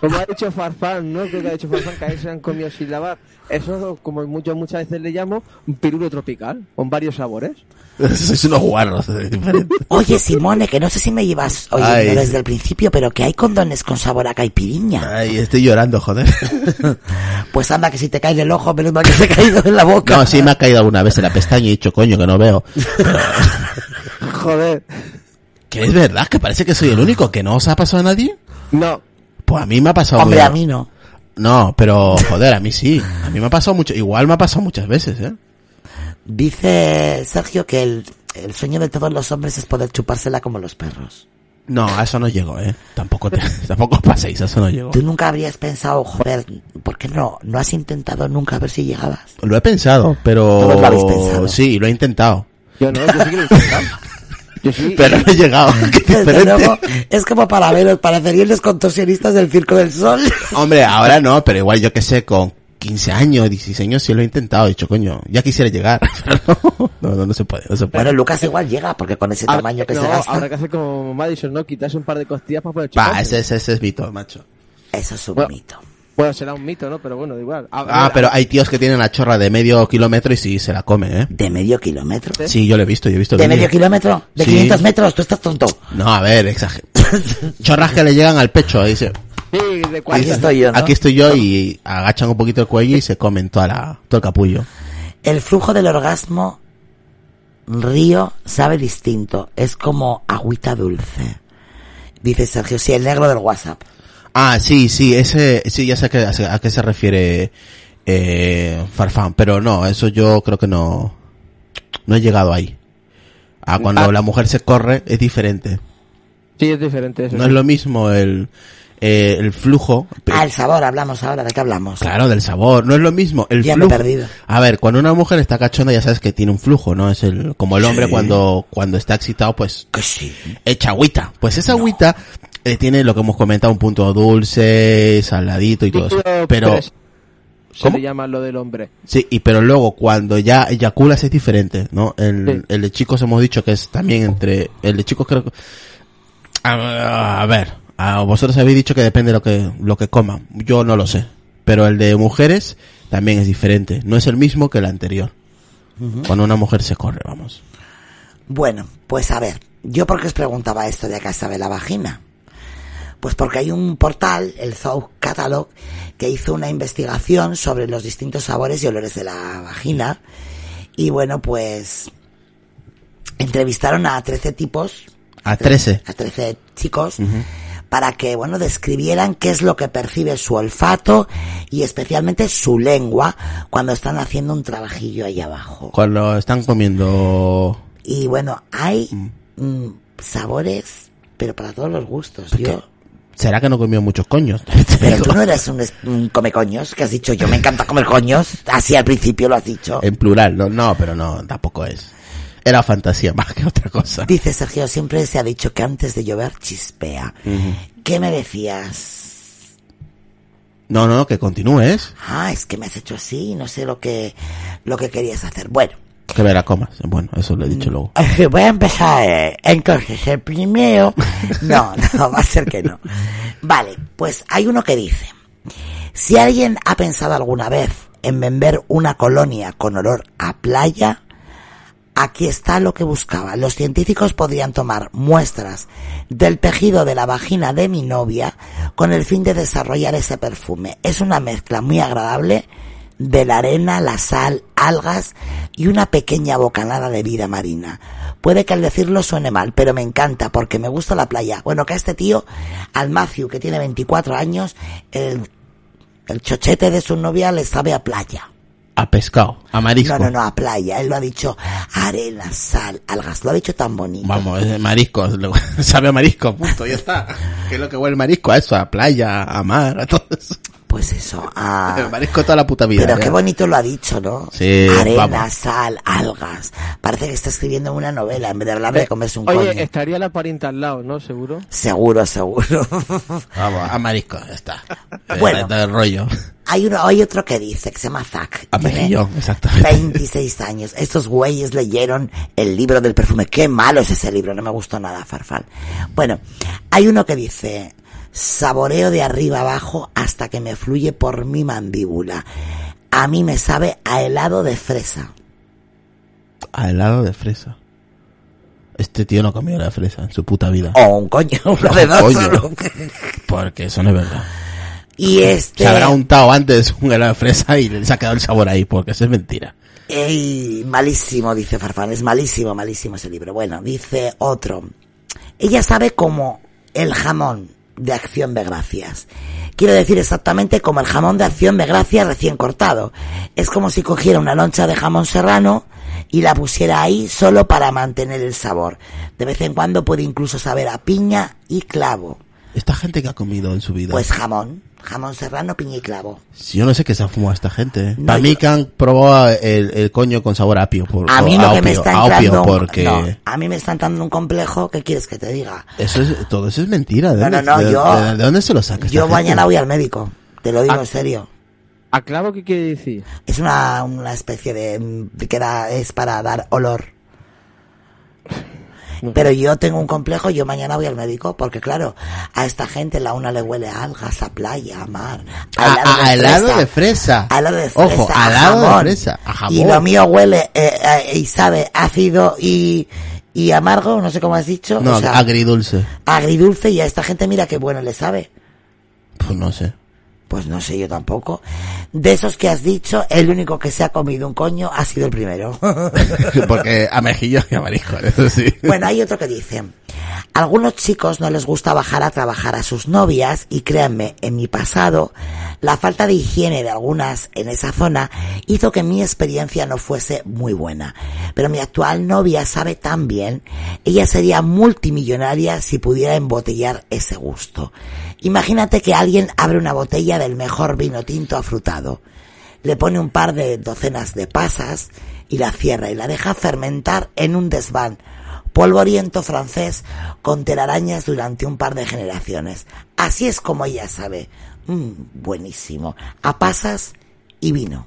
C: Como ha dicho Farfán, ¿no? Creo que ha dicho Farfán que a él se han comido sin lavar. Eso, como mucho, muchas veces le llamo, un pirulo tropical, con varios sabores.
D: Sois unos guarros. eh, diferente.
B: Oye, Simone, que no sé si me llevas oyendo
D: Ay.
B: desde el principio, pero que hay condones con sabor a caipiriña.
D: Ay, estoy llorando, joder.
B: Pues anda, que si te cae del ojo, menos mal que se ha caído en la boca.
D: Ah. No, sí me ha caído alguna vez en la pestaña y he dicho, coño, que no veo.
C: Joder.
D: Que es verdad, que parece que soy el único, que no os ha pasado a nadie.
C: No.
D: Pues a mí me ha pasado
B: Hombre,
D: muy-
B: a mí no.
D: No, pero joder, a mí sí. A mí me ha pasado mucho. Igual me ha pasado muchas veces, ¿eh?
B: Dice Sergio que el, el sueño de todos los hombres es poder chupársela como los perros.
D: No, a eso no llegó, ¿eh? Tampoco, te- *laughs* tampoco os paséis, a eso no llegó.
B: Tú nunca habrías pensado, joder, ¿por qué no? No has intentado nunca a ver si llegabas.
D: Lo he pensado, pero...
B: Todos lo habéis pensado.
D: Sí, lo he intentado.
C: Yo no, yo sí que lo he intentado. Yo sí.
D: *laughs* Pero no he llegado. *laughs* Qué
B: Desde
D: diferente.
B: luego, es como para ver, parecerían los contorsionistas del Circo del
D: *laughs*
B: Sol.
D: Hombre, ahora no, pero igual yo que sé, con 15 años, 16 años sí lo he intentado. He dicho, coño, ya quisiera llegar. *laughs* Pero no, no, no, no se puede, no se puede.
B: Bueno, Lucas igual llega, porque con ese
C: Ahora-
B: tamaño que
C: no,
B: se
C: habrá
B: gasta.
C: que hacer como Madison, ¿no? Quitarse un par de costillas para poder
D: Va,
C: chuparse.
D: ese, ese, ese es mito, macho.
B: Eso es un
C: Bueno.
B: mito.
C: Bueno, será un mito, ¿no? Pero bueno, da igual. A-
D: Ah,
C: a-
D: pero hay tíos que tienen la chorra de medio kilómetro y sí, se la comen, ¿eh?
B: ¿De medio kilómetro?
D: Sí, yo lo he visto, yo he visto el
B: ¿De
D: vídeo.
B: medio kilómetro? ¿De
D: Sí.
B: 500 metros? Tú estás tonto.
D: No, a ver, exager. *laughs* Chorras que le llegan al pecho, dice.
C: Sí, de cuál.
B: Aquí estoy yo, ¿no?
D: Aquí estoy yo y agachan un poquito el cuello y se comen toda la, todo el capullo.
B: El flujo del orgasmo río sabe distinto. Es como agüita dulce. Dice Sergio, sí, el negro del WhatsApp.
D: Ah, sí, sí, ese, sí, ya sé a qué, a qué se refiere eh, Farfán, pero no, eso yo creo que no, no he llegado ahí. A cuando
C: Ah.
D: la mujer se corre es diferente.
C: Sí, es diferente eso.
D: No
C: sí.
D: es lo mismo el, eh, el flujo.
B: Ah, el sabor, hablamos ahora, ¿de qué hablamos?
D: Claro, del sabor, no es lo mismo. El
B: Ya me he
D: flujo.
B: perdido.
D: A ver, cuando una mujer está cachonda ya sabes que tiene un flujo, ¿no? Es el, como el hombre cuando, cuando está excitado, pues
B: Que sí.
D: echa agüita. Pues esa agüita eh, tiene lo que hemos comentado, un punto dulce, saladito y todo eso. Pero,
B: pues,
C: es- se
D: ¿Cómo?
C: le llama lo del hombre.
D: sí, y pero luego cuando ya eyaculas es diferente, ¿no? El,
C: Sí.
D: el de chicos hemos dicho que es también entre, el de chicos creo que, a, a ver, a vosotros habéis dicho que depende de lo que, lo que coman. Yo no lo sé. Pero el de mujeres también es diferente. No es el mismo que el anterior. Cuando una mujer se corre, vamos.
B: Bueno, pues a ver, yo por qué os preguntaba esto de acá sabe la vagina. Pues porque hay un portal, el Zoo Catalog, que hizo una investigación sobre los distintos sabores y olores de la vagina. Y bueno, pues entrevistaron a 13 tipos,
D: A 13.
B: a 13 chicos, para que, bueno, describieran qué es lo que percibe su olfato y especialmente su lengua cuando están haciendo un trabajillo ahí abajo.
D: Cuando están comiendo...
B: Y bueno, hay mm, sabores, pero para todos los gustos. Yo, *laughs*
D: ¿Será que no comió muchos coños?
B: pero tú no eres un, es- un come coños, que has dicho yo me encanta comer coños. *laughs* Así al principio lo has dicho.
D: En plural, no, no, pero no, tampoco es. Era fantasía *laughs* más que otra cosa.
B: Dice Sergio, siempre se ha dicho que antes de llover chispea. ¿Qué me decías?
D: No, no, que continúes.
B: Ah, es que me has hecho así y no sé lo que, lo que querías hacer. Bueno,
D: Que me la comas. Bueno, eso lo he dicho luego.
B: Eh, Voy a empezar. eh. Entonces, el primero. No, no, va a ser que no. Vale, pues hay uno que dice: Si alguien ha pensado alguna vez en vender una colonia con olor a playa, aquí está lo que buscaba. Los científicos podrían tomar muestras del tejido de la vagina de mi novia con el fin de desarrollar ese perfume. Es una mezcla muy agradable de la arena, la sal, algas y una pequeña bocanada de vida marina. Puede que al decirlo suene mal, pero me encanta porque me gusta la playa. Bueno, que a este tío, al Matthew, que tiene 24 años, el, el chochete de su novia le sabe a playa.
D: A pescado, a marisco.
B: No, no, no, a playa. Él lo ha dicho arena, sal, algas. Lo ha dicho tan bonito.
D: Vamos, es de marisco. *laughs* lo- Sabe a marisco, punto, ya está. ¿Qué es lo que huele el marisco? A eso, a playa, a mar, a todo eso.
B: Pues eso.
D: *laughs*
B: ah.
D: El marisco toda la puta vida.
B: Pero
D: ya.
B: qué bonito lo ha dicho, ¿no?
D: Sí,
B: Arena,
D: vamos.
B: sal, algas. Parece que está escribiendo una novela en vez de hablar de comerse un
C: Eh, Oye,
B: coño.
C: estaría la parienta al lado, ¿no? Seguro.
B: Seguro, seguro. *laughs*
D: Vamos, a marisco, ya está.
B: Bueno.
D: Bueno. el rollo.
B: hay, uno, hay otro que dice, que se llama Zack.
D: A
B: Tiene
D: mejillón, exactamente. *laughs*
B: 26 años. Estos güeyes leyeron el libro del perfume. Qué malo es ese libro, no me gustó nada, Farfal. Bueno, hay uno que dice, saboreo de arriba abajo hasta que me fluye por mi mandíbula. A mí me sabe a helado de fresa.
D: A helado de fresa. Este tío no comió la fresa en su puta vida.
B: O un coño, *laughs* uno de dos.
D: *laughs* Coño.
B: Oh, solo.
D: *laughs* Porque eso no es verdad.
B: Y este.
D: Se habrá untado antes un helado de fresa y se ha quedado el sabor ahí, porque eso es mentira.
B: Ey, malísimo, dice Farfán. Es malísimo, malísimo ese libro. Bueno, dice otro. Ella sabe como el jamón de Acción de Gracias. Quiero decir exactamente como el jamón de Acción de Gracias recién cortado. Es como si cogiera una loncha de jamón serrano y la pusiera ahí solo para mantener el sabor. De vez en cuando puede incluso saber a piña y clavo.
D: Esta gente que ha comido en su vida.
B: Pues jamón. Jamón serrano, piña y clavo.
D: Si yo no sé qué se ha fumado esta gente.
B: No,
D: Para mí
B: yo-
D: que han probado el, el coño con sabor a apio. Por,
B: A mí
D: o
B: lo
D: a
B: que me
D: opio,
B: está
D: a opio,
B: entrando...
D: porque
B: no, a mí me está entrando un complejo, ¿qué quieres que te diga?
D: eso es, todo eso es mentira.
B: No,
D: ¿De, dónde-
B: no, no,
D: de-
B: yo-
D: de- de dónde se lo saca esta
B: Yo
D: gente?
B: mañana voy al médico, te lo digo
C: Ah.
B: en serio.
C: ¿A clavo qué quiere decir?
B: Es una, una especie de, de que da- es para dar olor. Pero yo tengo un complejo, yo mañana voy al médico, porque claro, a esta gente la una le huele a algas, a playa, a mar,
D: A, a- a Ah, helado de
B: fresa,
D: fresa.
B: a helado de fresa,
D: Ojo,
B: a
D: a helado de
B: jamón.
D: fresa. A jamón.
B: Y lo mío huele eh, eh, y sabe ácido y, y amargo, no sé cómo has dicho,
D: no,
B: o sea,
D: agridulce.
B: agridulce y a esta gente mira qué bueno le sabe.
D: Pues no sé. *laughs*
B: Pues no sé yo tampoco. De esos que has dicho, el único que se ha comido un coño ha sido el primero.
D: porque a mejillo y a marisco, eso sí.
B: bueno, hay otro que dice, algunos chicos no les gusta bajar a trabajar a sus novias y créanme, en mi pasado, la falta de higiene de algunas en esa zona hizo que mi experiencia no fuese muy buena. Pero mi actual novia sabe tan bien, ella sería multimillonaria si pudiera embotellar ese gusto. Imagínate que alguien abre una botella del mejor vino tinto afrutado le pone un par de docenas de pasas y la cierra y la deja fermentar en un desván polvoriento francés con telarañas durante un par de generaciones. Así es como ella sabe. Mm, buenísimo. A pasas y vino.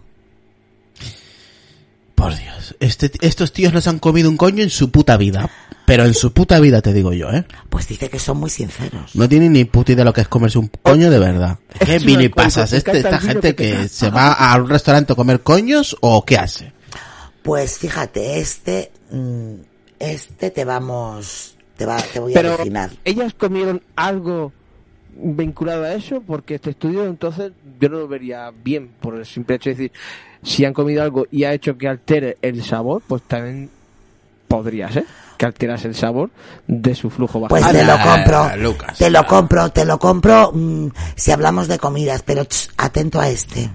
D: Por Dios. Este, estos tíos los han comido un coño en su puta vida. Pero en su puta vida te digo yo, ¿eh?
B: Pues dice que son muy sinceros.
D: No tienen ni puta idea de lo que es comerse un coño de verdad.
C: Es
D: ¿Qué
C: una
D: vino y
C: cosa,
D: pasas?
C: te
D: Este,
C: encanta el
D: ¿Esta
C: vino
D: gente
C: que te
D: que se va a un restaurante a comer coños o qué hace?
B: Pues fíjate, este, mm, este te vamos, te va, te voy a
C: Pero
B: alucinar.
C: ellas comieron algo vinculado a eso porque este estudio entonces yo no lo vería bien por el simple hecho de decir si han comido algo y ha hecho que altere el sabor pues también podrías, ¿eh? Que alteras el sabor de su flujo
B: Pues
C: vaginal.
B: te lo
D: Ala,
B: compro.
D: Lucas.
B: te lo compro, te lo compro mm, si hablamos de comidas, pero ch, atento a este.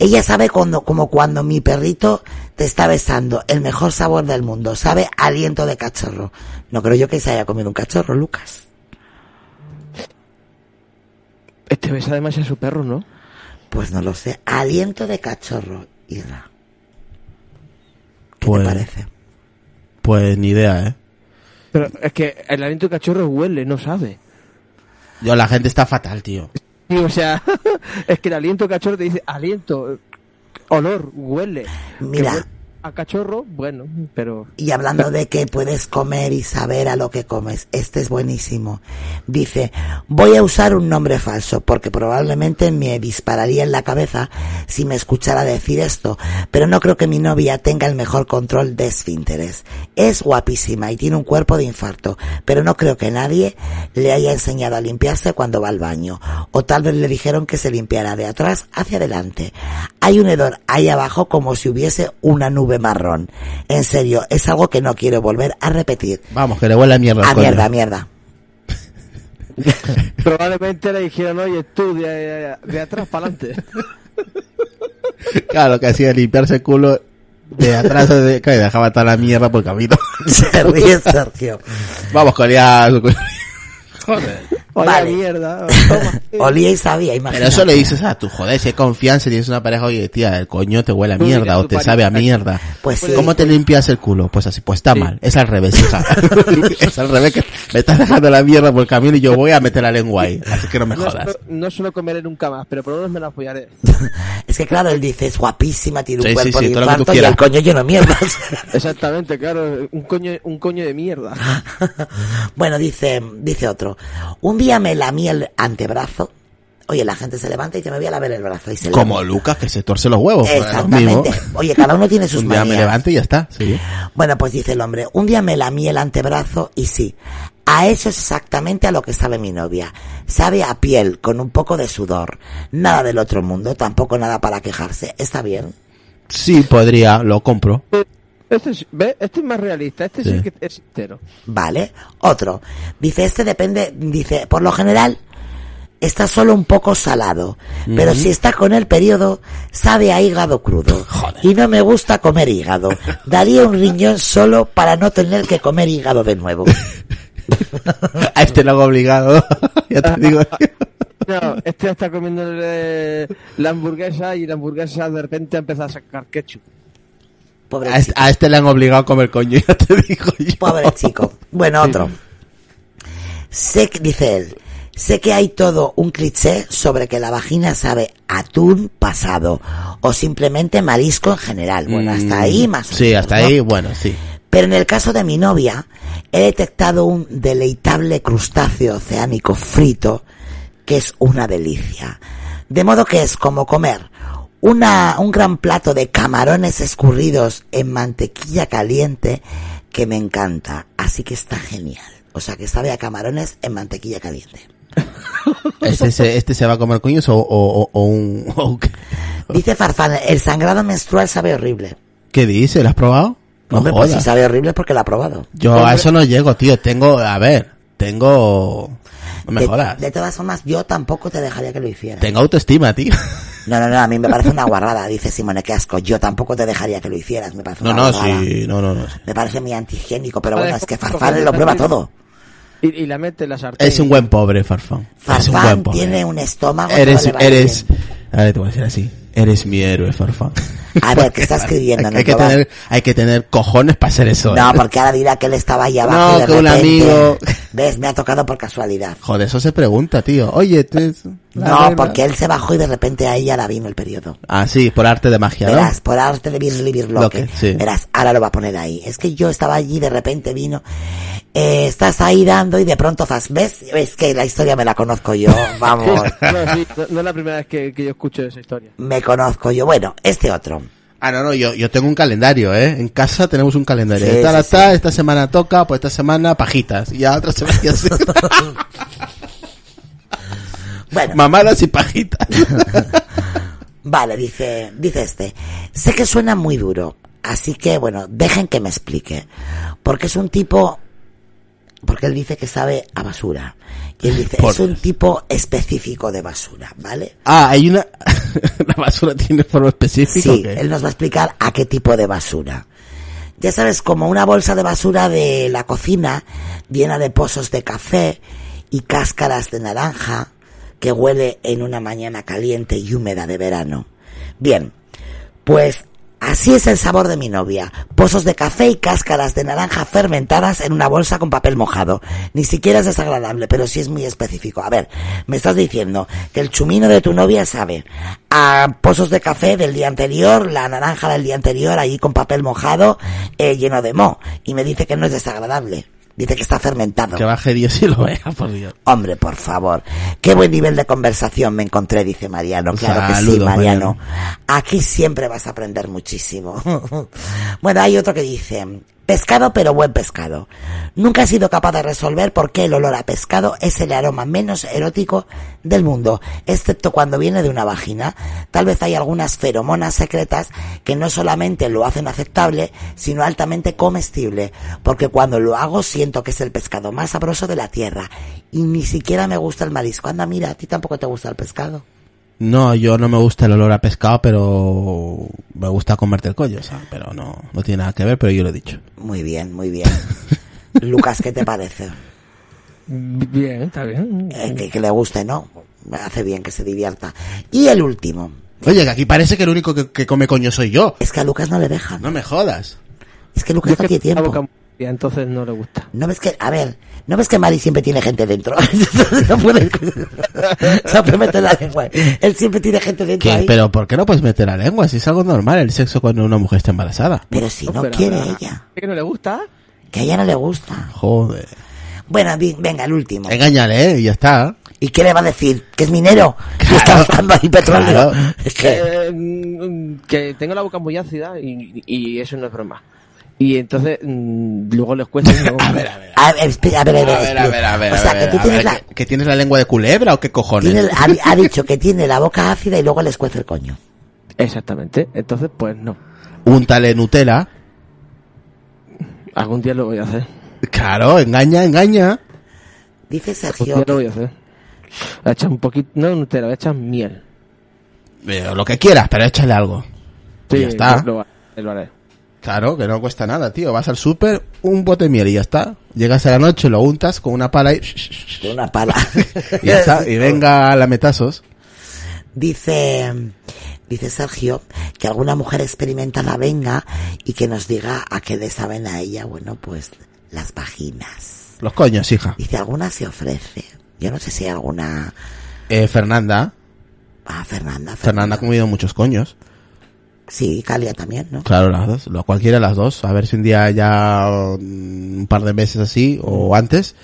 B: Ella sabe cuando, como cuando mi perrito te está besando, el mejor sabor del mundo, sabe aliento de cachorro. No creo yo que se haya comido un cachorro, Lucas.
C: Este besa además a su perro, ¿no?
B: Pues no lo sé. Aliento de cachorro, Isra. ¿Qué
D: Pues-
B: te parece?
D: Pues ni idea, ¿eh?
C: Pero es que el aliento de cachorro huele, no sabe.
D: Yo, la gente está fatal, tío.
C: Sí, o sea, *laughs* es que el aliento de cachorro te dice aliento, olor, huele. Que
B: Mira.
C: huele A cachorro, bueno, pero
B: Y hablando de que puedes comer y saber a lo que comes, este es buenísimo. Dice, voy a usar un nombre falso porque probablemente me dispararía en la cabeza si me escuchara decir esto, pero no creo que mi novia tenga el mejor control de esfínteres. Es guapísima y tiene un cuerpo de infarto, pero no creo que nadie le haya enseñado a limpiarse cuando va al baño, o tal vez le dijeron que se limpiara de atrás hacia adelante. Hay un hedor ahí abajo como si hubiese una nube marrón. En serio, es algo que no quiero volver a repetir.
D: Vamos, que le huele a mierda. al
B: A
D: coño.
B: mierda, a mierda. *laughs*
C: probablemente le dijeron, oye, tú de, de atrás para
D: *laughs*
C: adelante.
D: *laughs* Claro, que hacía limpiarse el culo de atrás, de, que dejaba toda la mierda por el camino. *laughs*
B: Se ríe Sergio.
D: Vamos, que olía a su culo.
C: Oye,
B: Vale.
D: *laughs*
C: mierda, toma.
B: Olía y sabía, imagínate.
D: Pero eso le dices a tu joder, si hay confianza y tienes una pareja, oye, tía, el coño te huele a mierda o te sabe a mierda.
B: Pues sí.
D: ¿Cómo te limpias el culo? Pues así, pues está mal. Es al revés, hija. *laughs* es al revés que me estás dejando la mierda por el camino y yo voy a meter la lengua ahí. Así que no me
C: No,
D: jodas.
C: suelo- no suelo comeré nunca más, pero por lo menos me la
D: *laughs*
C: follaré.
B: Es que claro, él dice, es guapísima, tiene un
D: Sí, sí,
B: cuerpo
D: sí,
B: de
D: todo lo que tú
B: infarto y
D: quieras.
B: el coño lleno de
D: *laughs*
B: mierdas.
C: Exactamente, claro, un coño, un coño de mierda.
D: Ah.
B: Bueno, dice, dice otro. Un día me lamí el antebrazo. Oye, la gente se levanta y dice, me voy a lavar el brazo. Y se lava.
D: Como Lucas que se torce los huevos. pues, lo mismo.
B: Exactamente. Oye, cada uno
D: *laughs*
B: tiene sus
D: Un día me
B: manías.
D: levanto y ya está. Sí.
B: Bueno, pues dice el hombre, un día me lamí el antebrazo y sí, a eso es exactamente a lo que sabe mi novia. Sabe a piel, con un poco de sudor. Nada del otro mundo, tampoco nada para quejarse. Está bien.
D: Sí, podría, lo compro.
C: Este es, ¿ve? Este es más realista, este sí,
D: Sí.
C: que es entero.
B: Vale. Otro. Dice, este depende, dice, por lo general, está solo un poco salado. Pero si está con el periodo, sabe a hígado crudo.
D: Joder.
B: Y no me gusta comer hígado. Daría un riñón solo para no tener que comer hígado de nuevo.
D: A este lo hago obligado. *laughs* ya te digo.
C: No, este está comiendo la hamburguesa y la hamburguesa de repente empieza a sacar ketchup.
D: A este,
B: Pobrecito.
D: a este le han obligado a comer coño, ya te digo *laughs* yo.
B: Pobre chico. Bueno, otro. Sé que, dice él, sé que hay todo un cliché sobre que la vagina sabe atún pasado o simplemente marisco en general. Bueno, hasta ahí más. o
D: Mm, Sí,
B: menos,
D: hasta
B: ¿no?
D: ahí, bueno, sí.
B: Pero en el caso de mi novia, he detectado un deleitable crustáceo oceánico frito que es una delicia. De modo que es como comer una, un gran plato de camarones escurridos en mantequilla caliente que me encanta. Así que está genial. O sea, que sabe a camarones en mantequilla caliente.
D: Este se, este se va a comer coños o, o, o, o un... *laughs* o qué?
B: Dice Farfán, el sangrado menstrual sabe horrible.
D: ¿Qué dice? ¿Lo has probado? No
B: Hombre, pues
D: jodas.
B: si sabe horrible es porque la ha probado.
D: Yo a eso no llego, tío. Tengo, a ver, tengo... No me
B: de,
D: jodas.
B: de todas formas, yo tampoco te dejaría que lo hiciera.
D: Tengo autoestima, tío. *laughs*
B: No, no, no, a mí me parece una guarrada, dice Simone, qué asco. Yo tampoco te dejaría que lo hicieras, me parece
D: No,
B: una
D: no,
B: guarrada.
D: sí, no, no, no. sí.
B: Me parece muy antihigiénico, pero
C: Vale,
B: bueno, es que
C: coge-
B: Farfán
C: coge-
B: lo prueba todo.
C: Y, y la mete en la sartén.
D: Es un buen pobre, Farfán. es un
B: Farfán
D: buen pobre.
B: tiene un estómago. que
D: Eres,
B: no le va
D: eres...
B: bien.
D: A ver, te voy a decir así. Eres mi
B: *laughs*
D: héroe, Farfán.
B: A ver,
D: *laughs*
B: ¿qué está Ah, pues, escribiendo?
D: Hay que,
B: No,
D: tener, hay que tener cojones para hacer eso.
B: No,
D: ¿eh?
B: porque ahora dirá que él estaba ahí abajo.
D: No,
B: y de
D: que un
B: repente,
D: amigo.
B: ¿Ves? Me ha tocado por casualidad.
D: Joder, eso se pregunta, tío. Oye, tú... la
B: No,
D: regla-
B: porque él se bajó y de repente a ella la vino el periodo.
D: Ah, sí, por arte de magia, ¿no?
B: Verás, por arte de Birli Birloque.
D: Loque, sí.
B: Verás, ahora lo va a poner ahí. Es que yo estaba allí, de repente vino. eh, estás ahí dando y de pronto fas, ¿ves? Es que la historia me la conozco
D: *laughs*
B: yo, vamos.
C: *laughs* No, sí, no- no es la primera vez que, que yo escucho esa historia.
B: me conozco yo. Bueno, este otro.
D: Ah, no, no, yo, yo tengo un calendario, ¿eh? En casa tenemos un calendario.
B: Sí,
D: esta,
B: sí,
D: esta, esta semana toca, pues esta semana pajitas. Y ya otra semana
B: *laughs*
D: ya sí.
B: Bueno,
D: mamadas y pajitas.
B: vale, dice, dice este. Sé que suena muy duro. Así que, bueno, dejen que me explique. Porque es un tipo, porque él dice que sabe a basura. Y él dice,
D: Por
B: es un
D: Dios.
B: tipo específico de basura, ¿vale?
D: Ah, hay una... *laughs* ¿La basura tiene forma específica o
B: Sí,
D: qué?
B: él nos va a explicar a qué tipo de basura. Ya sabes, como una bolsa de basura de la cocina llena de pozos de café y cáscaras de naranja que huele en una mañana caliente y húmeda de verano. Bien, pues así es el sabor de mi novia. Pozos de café y cáscaras de naranja fermentadas en una bolsa con papel mojado. Ni siquiera es desagradable, pero sí es muy específico. A ver, me estás diciendo que el chumino de tu novia sabe a pozos de café del día anterior, la naranja del día anterior, ahí con papel mojado, eh, lleno de moho. Y me dice que no es desagradable. Dice que está fermentado.
D: Que baje
B: *laughs*
D: Dios y lo vea, por Dios.
B: Hombre, por favor. Qué buen nivel de conversación me encontré, dice Mariano. Claro que sí,
D: Saludos,
B: Mariano. Aquí siempre vas a aprender muchísimo. *laughs* bueno, hay otro que dice, pescado pero buen pescado. Nunca he sido capaz de resolver por qué el olor a pescado es el aroma menos erótico del mundo, excepto cuando viene de una vagina. Tal vez hay algunas feromonas secretas que no solamente lo hacen aceptable, sino altamente comestible, porque cuando lo hago siento que es el pescado más sabroso de la tierra y ni siquiera me gusta el marisco. Anda, mira, a ti tampoco te gusta el pescado.
D: No, yo no me gusta el olor a pescado, pero me gusta comerte el collo, o sea, pero no, no tiene nada que ver, pero yo lo he dicho.
B: Muy bien, muy bien. Lucas, ¿qué te parece?
C: Bien, está bien.
B: Eh, que, que le guste, ¿no? Hace bien que se divierta. Y el último.
D: Oye, que aquí parece que el único que, que come coño soy yo.
B: Es que a Lucas no le dejan.
D: No me jodas.
B: Es que
C: Yo
B: Lucas
C: es
B: no
C: que
B: tiene
C: tengo la boca
B: tiempo.
C: muy fría, entonces no le gusta.
B: No ves que, a ver, no ves que Mari siempre tiene gente dentro. *laughs* no puede. *laughs* Siempre mete la lengua. Él siempre tiene gente dentro.
D: ¿Qué?
B: ahí.
D: Pero ¿por qué no puedes meter la lengua? Si es algo normal el sexo cuando una mujer está embarazada.
B: Pero si no
C: Pero,
B: quiere
C: ah,
B: ella.
C: ¿Es que no le gusta?
B: Que a ella no le gusta.
D: Joder.
B: Bueno, di- venga, el último.
D: Engáñale, ¿eh? Y ya está.
B: ¿Y qué le va a decir? ¿Que es minero? ¿Que está
D: Claro.
B: usando ahí petróleo?
D: Claro.
B: Es que-
C: Eh, mm, que tengo la boca muy ácida y, y eso no es broma. Y entonces mm, luego les
B: *laughs*
C: cuesta. y no-
B: A ver, espera, a ver, a ver, espera. O sea, que tú
D: a
B: tienes
D: ver,
B: la...
D: ¿que, que tienes la lengua de culebra o qué cojones?
B: tiene- ha,
D: *laughs*
B: ha dicho que tiene la boca ácida y luego le escuece el coño.
C: Exactamente. Entonces, pues no.
D: Úntale Nutella.
C: Algún día lo voy a hacer.
D: Claro, engaña, engaña.
B: Dice
C: Algún
B: Sergio,
C: día lo voy a hacer. Le echas un poquito. No, no te lo echas miel.
D: Pero Eh, lo que quieras, pero échale algo.
C: Sí,
D: Ya está.
C: Lo, lo- lo haré.
D: Claro, que no cuesta nada, tío. Vas al súper, un bote de miel y ya está. Llegas a la noche, lo untas con una pala y...
B: con una pala.
D: *laughs* Y ya
B: *laughs*
D: está. Y venga a lametazos.
B: Dice, dice Sergio que alguna mujer experimentada venga y que nos diga a qué le saben a ella, bueno, pues las vaginas.
D: Los coños, hija.
B: Dice, alguna se ofrece. Yo no sé si hay alguna...
D: Eh, Fernanda.
B: Ah, Fernanda.
D: Fernanda ha comido muchos coños.
B: Sí, Calia también, ¿no?
D: Claro, las dos. Lo, cualquiera de las dos. A ver si un día ya mm, un par de meses así o antes,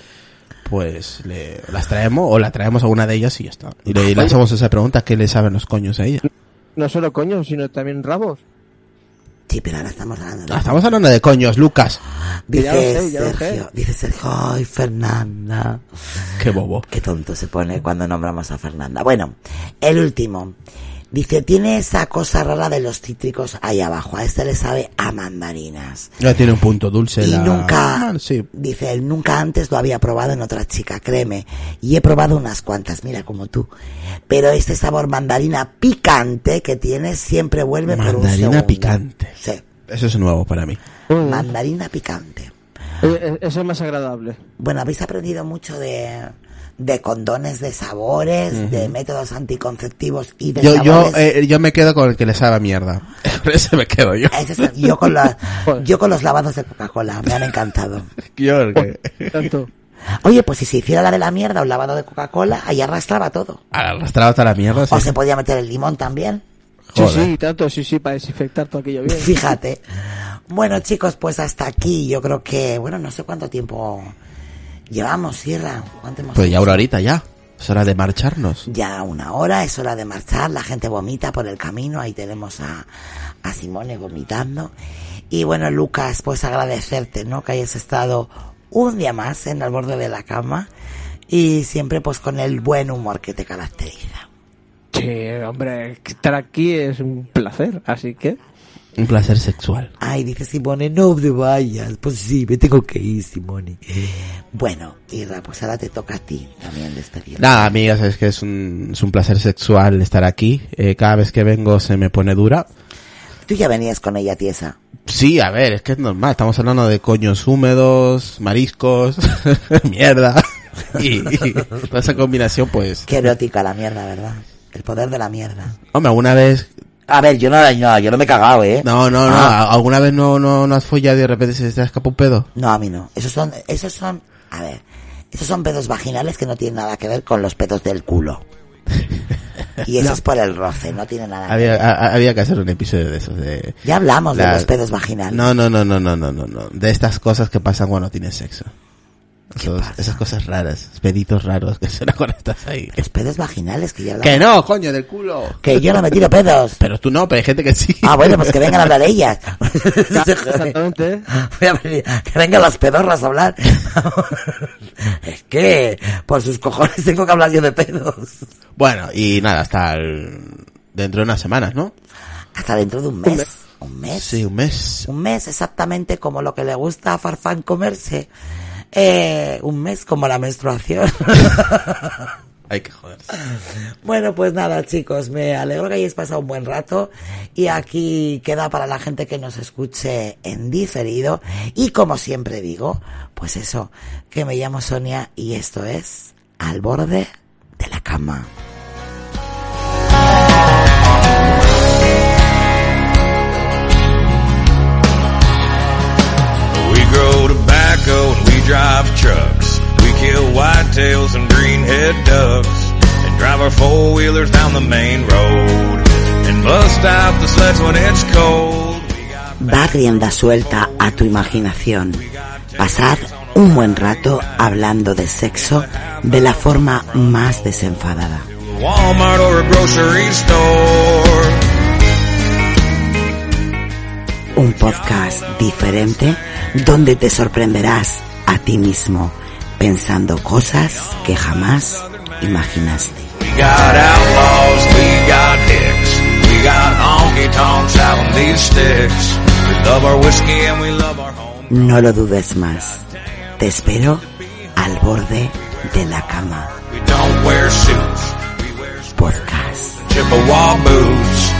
D: pues le, las traemos o la traemos a una de ellas y ya está. Y le, y le hacemos esa pregunta, ¿qué le saben los coños a ella?
C: No solo coño, sino también rabos.
B: Sí, pero ahora estamos hablando de...
D: Ah, estamos hablando de coños, Lucas.
B: Dice
C: Ya lo sé, ya lo sé.
B: Sergio, dice Sergio, ay, Fernanda.
D: Qué bobo.
B: Qué tonto se pone cuando nombramos a Fernanda. Bueno, el último. Dice, tiene esa cosa rara de los cítricos ahí abajo. A este le sabe a mandarinas.
D: Ya tiene un punto dulce.
B: y
D: la-
B: nunca,
D: Ah, sí.
B: dice él, nunca antes lo había probado en otra chica, créeme. Y he probado unas cuantas, mira, como tú. Pero este sabor mandarina picante que tiene siempre vuelve por un
D: Mandarina
B: segundo.
D: picante.
B: Sí,
D: Eso es nuevo para mí.
C: Eh,
B: mandarina picante.
C: eh, Eso es más
B: *laughs*
C: agradable.
B: Bueno, habéis aprendido mucho de, de condones, de sabores, de métodos anticonceptivos y de
D: Yo, yo,
B: sabores.
D: eh, yo me quedo con el que le sabe a mierda. *laughs* Por eso me quedo yo.
B: Ese es- yo, con la-
C: Joder.
B: yo con los lavados de Coca-Cola, me han encantado.
D: *laughs* Yo
C: *laughs*
D: el que-
C: Tanto.
B: Oye, pues si se hiciera la de la mierda o el lavado de Coca-Cola, ahí arrastraba todo.
D: Arrastrado hasta la mierda. sí.
B: O se podía meter el limón también.
C: Sí,
D: Joder.
C: sí, tanto, sí, sí, para desinfectar todo
B: *laughs*
C: aquello bien.
B: Fíjate. Bueno, chicos, pues hasta aquí. Yo creo que, bueno, no sé cuánto tiempo llevamos, Sierra. ¿Cuánto hemos
D: Pues ya
B: hecho?
D: ahora ahorita ya. Es hora de marcharnos.
B: Ya una hora, es hora de marchar, la gente vomita por el camino, ahí tenemos a, a Simone vomitando. Y bueno, Lucas, pues agradecerte, ¿no? Que hayas estado un día más en el borde de la cama y siempre pues con el buen humor que te caracteriza.
C: Sí, hombre, estar aquí es un placer, así que
D: Un placer sexual.
B: Ay, dice Simone, no te vayas. Pues sí, me tengo que ir, Simone. Bueno, Irra, pues ahora te toca a ti también despedir.
D: Nada, amigas, es que es un, es un placer sexual estar aquí. Eh, cada vez que vengo se me pone dura.
B: Tú ya venías con ella tiesa.
D: Sí, a ver, es que es normal. Estamos hablando de coños húmedos, mariscos, *laughs* mierda. Y, y toda esa combinación, pues.
B: Qué erótica la mierda, ¿verdad? El poder de la mierda.
D: Hombre, alguna vez.
B: A ver, yo no, no, yo no me he cagado, ¿eh?
D: No, no, no.
B: Ah.
D: ¿Alguna vez no, no, no has follado y de repente se te escapa un pedo?
B: No, a mí no. Esos son, esos son, a ver, esos son pedos vaginales que no tienen nada que ver con los pedos del culo.
D: *laughs*
B: Y eso es por el roce, no tiene nada que ver.
D: Había, a- a- había que hacer un episodio de esos. De...
B: Ya hablamos de
D: La-
B: los pedos vaginales.
D: No, no, no, no, no, no, no, no. De estas cosas que pasan cuando tienes sexo. Esos-
B: pasa?
D: esas cosas raras, peditos raros que suena cuando estás ahí.
B: Los pedos vaginales que ya hablamos.
D: Que no, coño, del culo.
B: Que yo no me tiro
D: *laughs*
B: pedos.
D: Pero tú no, pero hay gente que sí.
B: Ah, bueno, pues que vengan a hablar ellas.
C: Exactamente.
B: Voy a venir- que vengan las pedorras a
D: *laughs*
B: hablar. es que, por sus cojones tengo que hablar yo de pedos.
D: *laughs* Bueno, y nada, hasta el- dentro de unas semanas, ¿no?
B: Hasta dentro de un mes. Un mes.
D: Sí, un mes.
B: Un mes exactamente como lo que le gusta a Farfán comerse. Eh, un mes como la menstruación.
D: Hay que joderse.
B: Bueno, pues nada, chicos, me alegro que hayáis pasado un buen rato y aquí queda para la gente que nos escuche en diferido y como siempre digo, pues eso, que me llamo Sonia y esto es Al borde de la cama.
A: We grow tobacco and we drive trucks. We kill whitetails and greenhead ducks. And drive our four wheelers down the main road. And bust out the sleds when it's cold. We got
E: Da rienda suelta a tu imaginación. Pasad un buen rato hablando de sexo de la forma más desenfadada.
A: a Walmart or a grocery store.
E: Un podcast diferente donde te sorprenderás a ti mismo pensando cosas que jamás imaginaste.
A: We got outlaws, we got hicks. We got honky tonks out on these sticks. We love our whiskey and we love our home.
E: No lo dudes más. Te espero al borde de la cama.
A: We don't wear suits. We wear
E: Podcast.
A: Chippewa boots,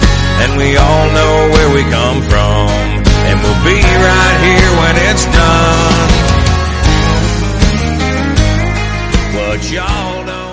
A: and we all know where we come from, and we'll be right here when it's done. What y'all don't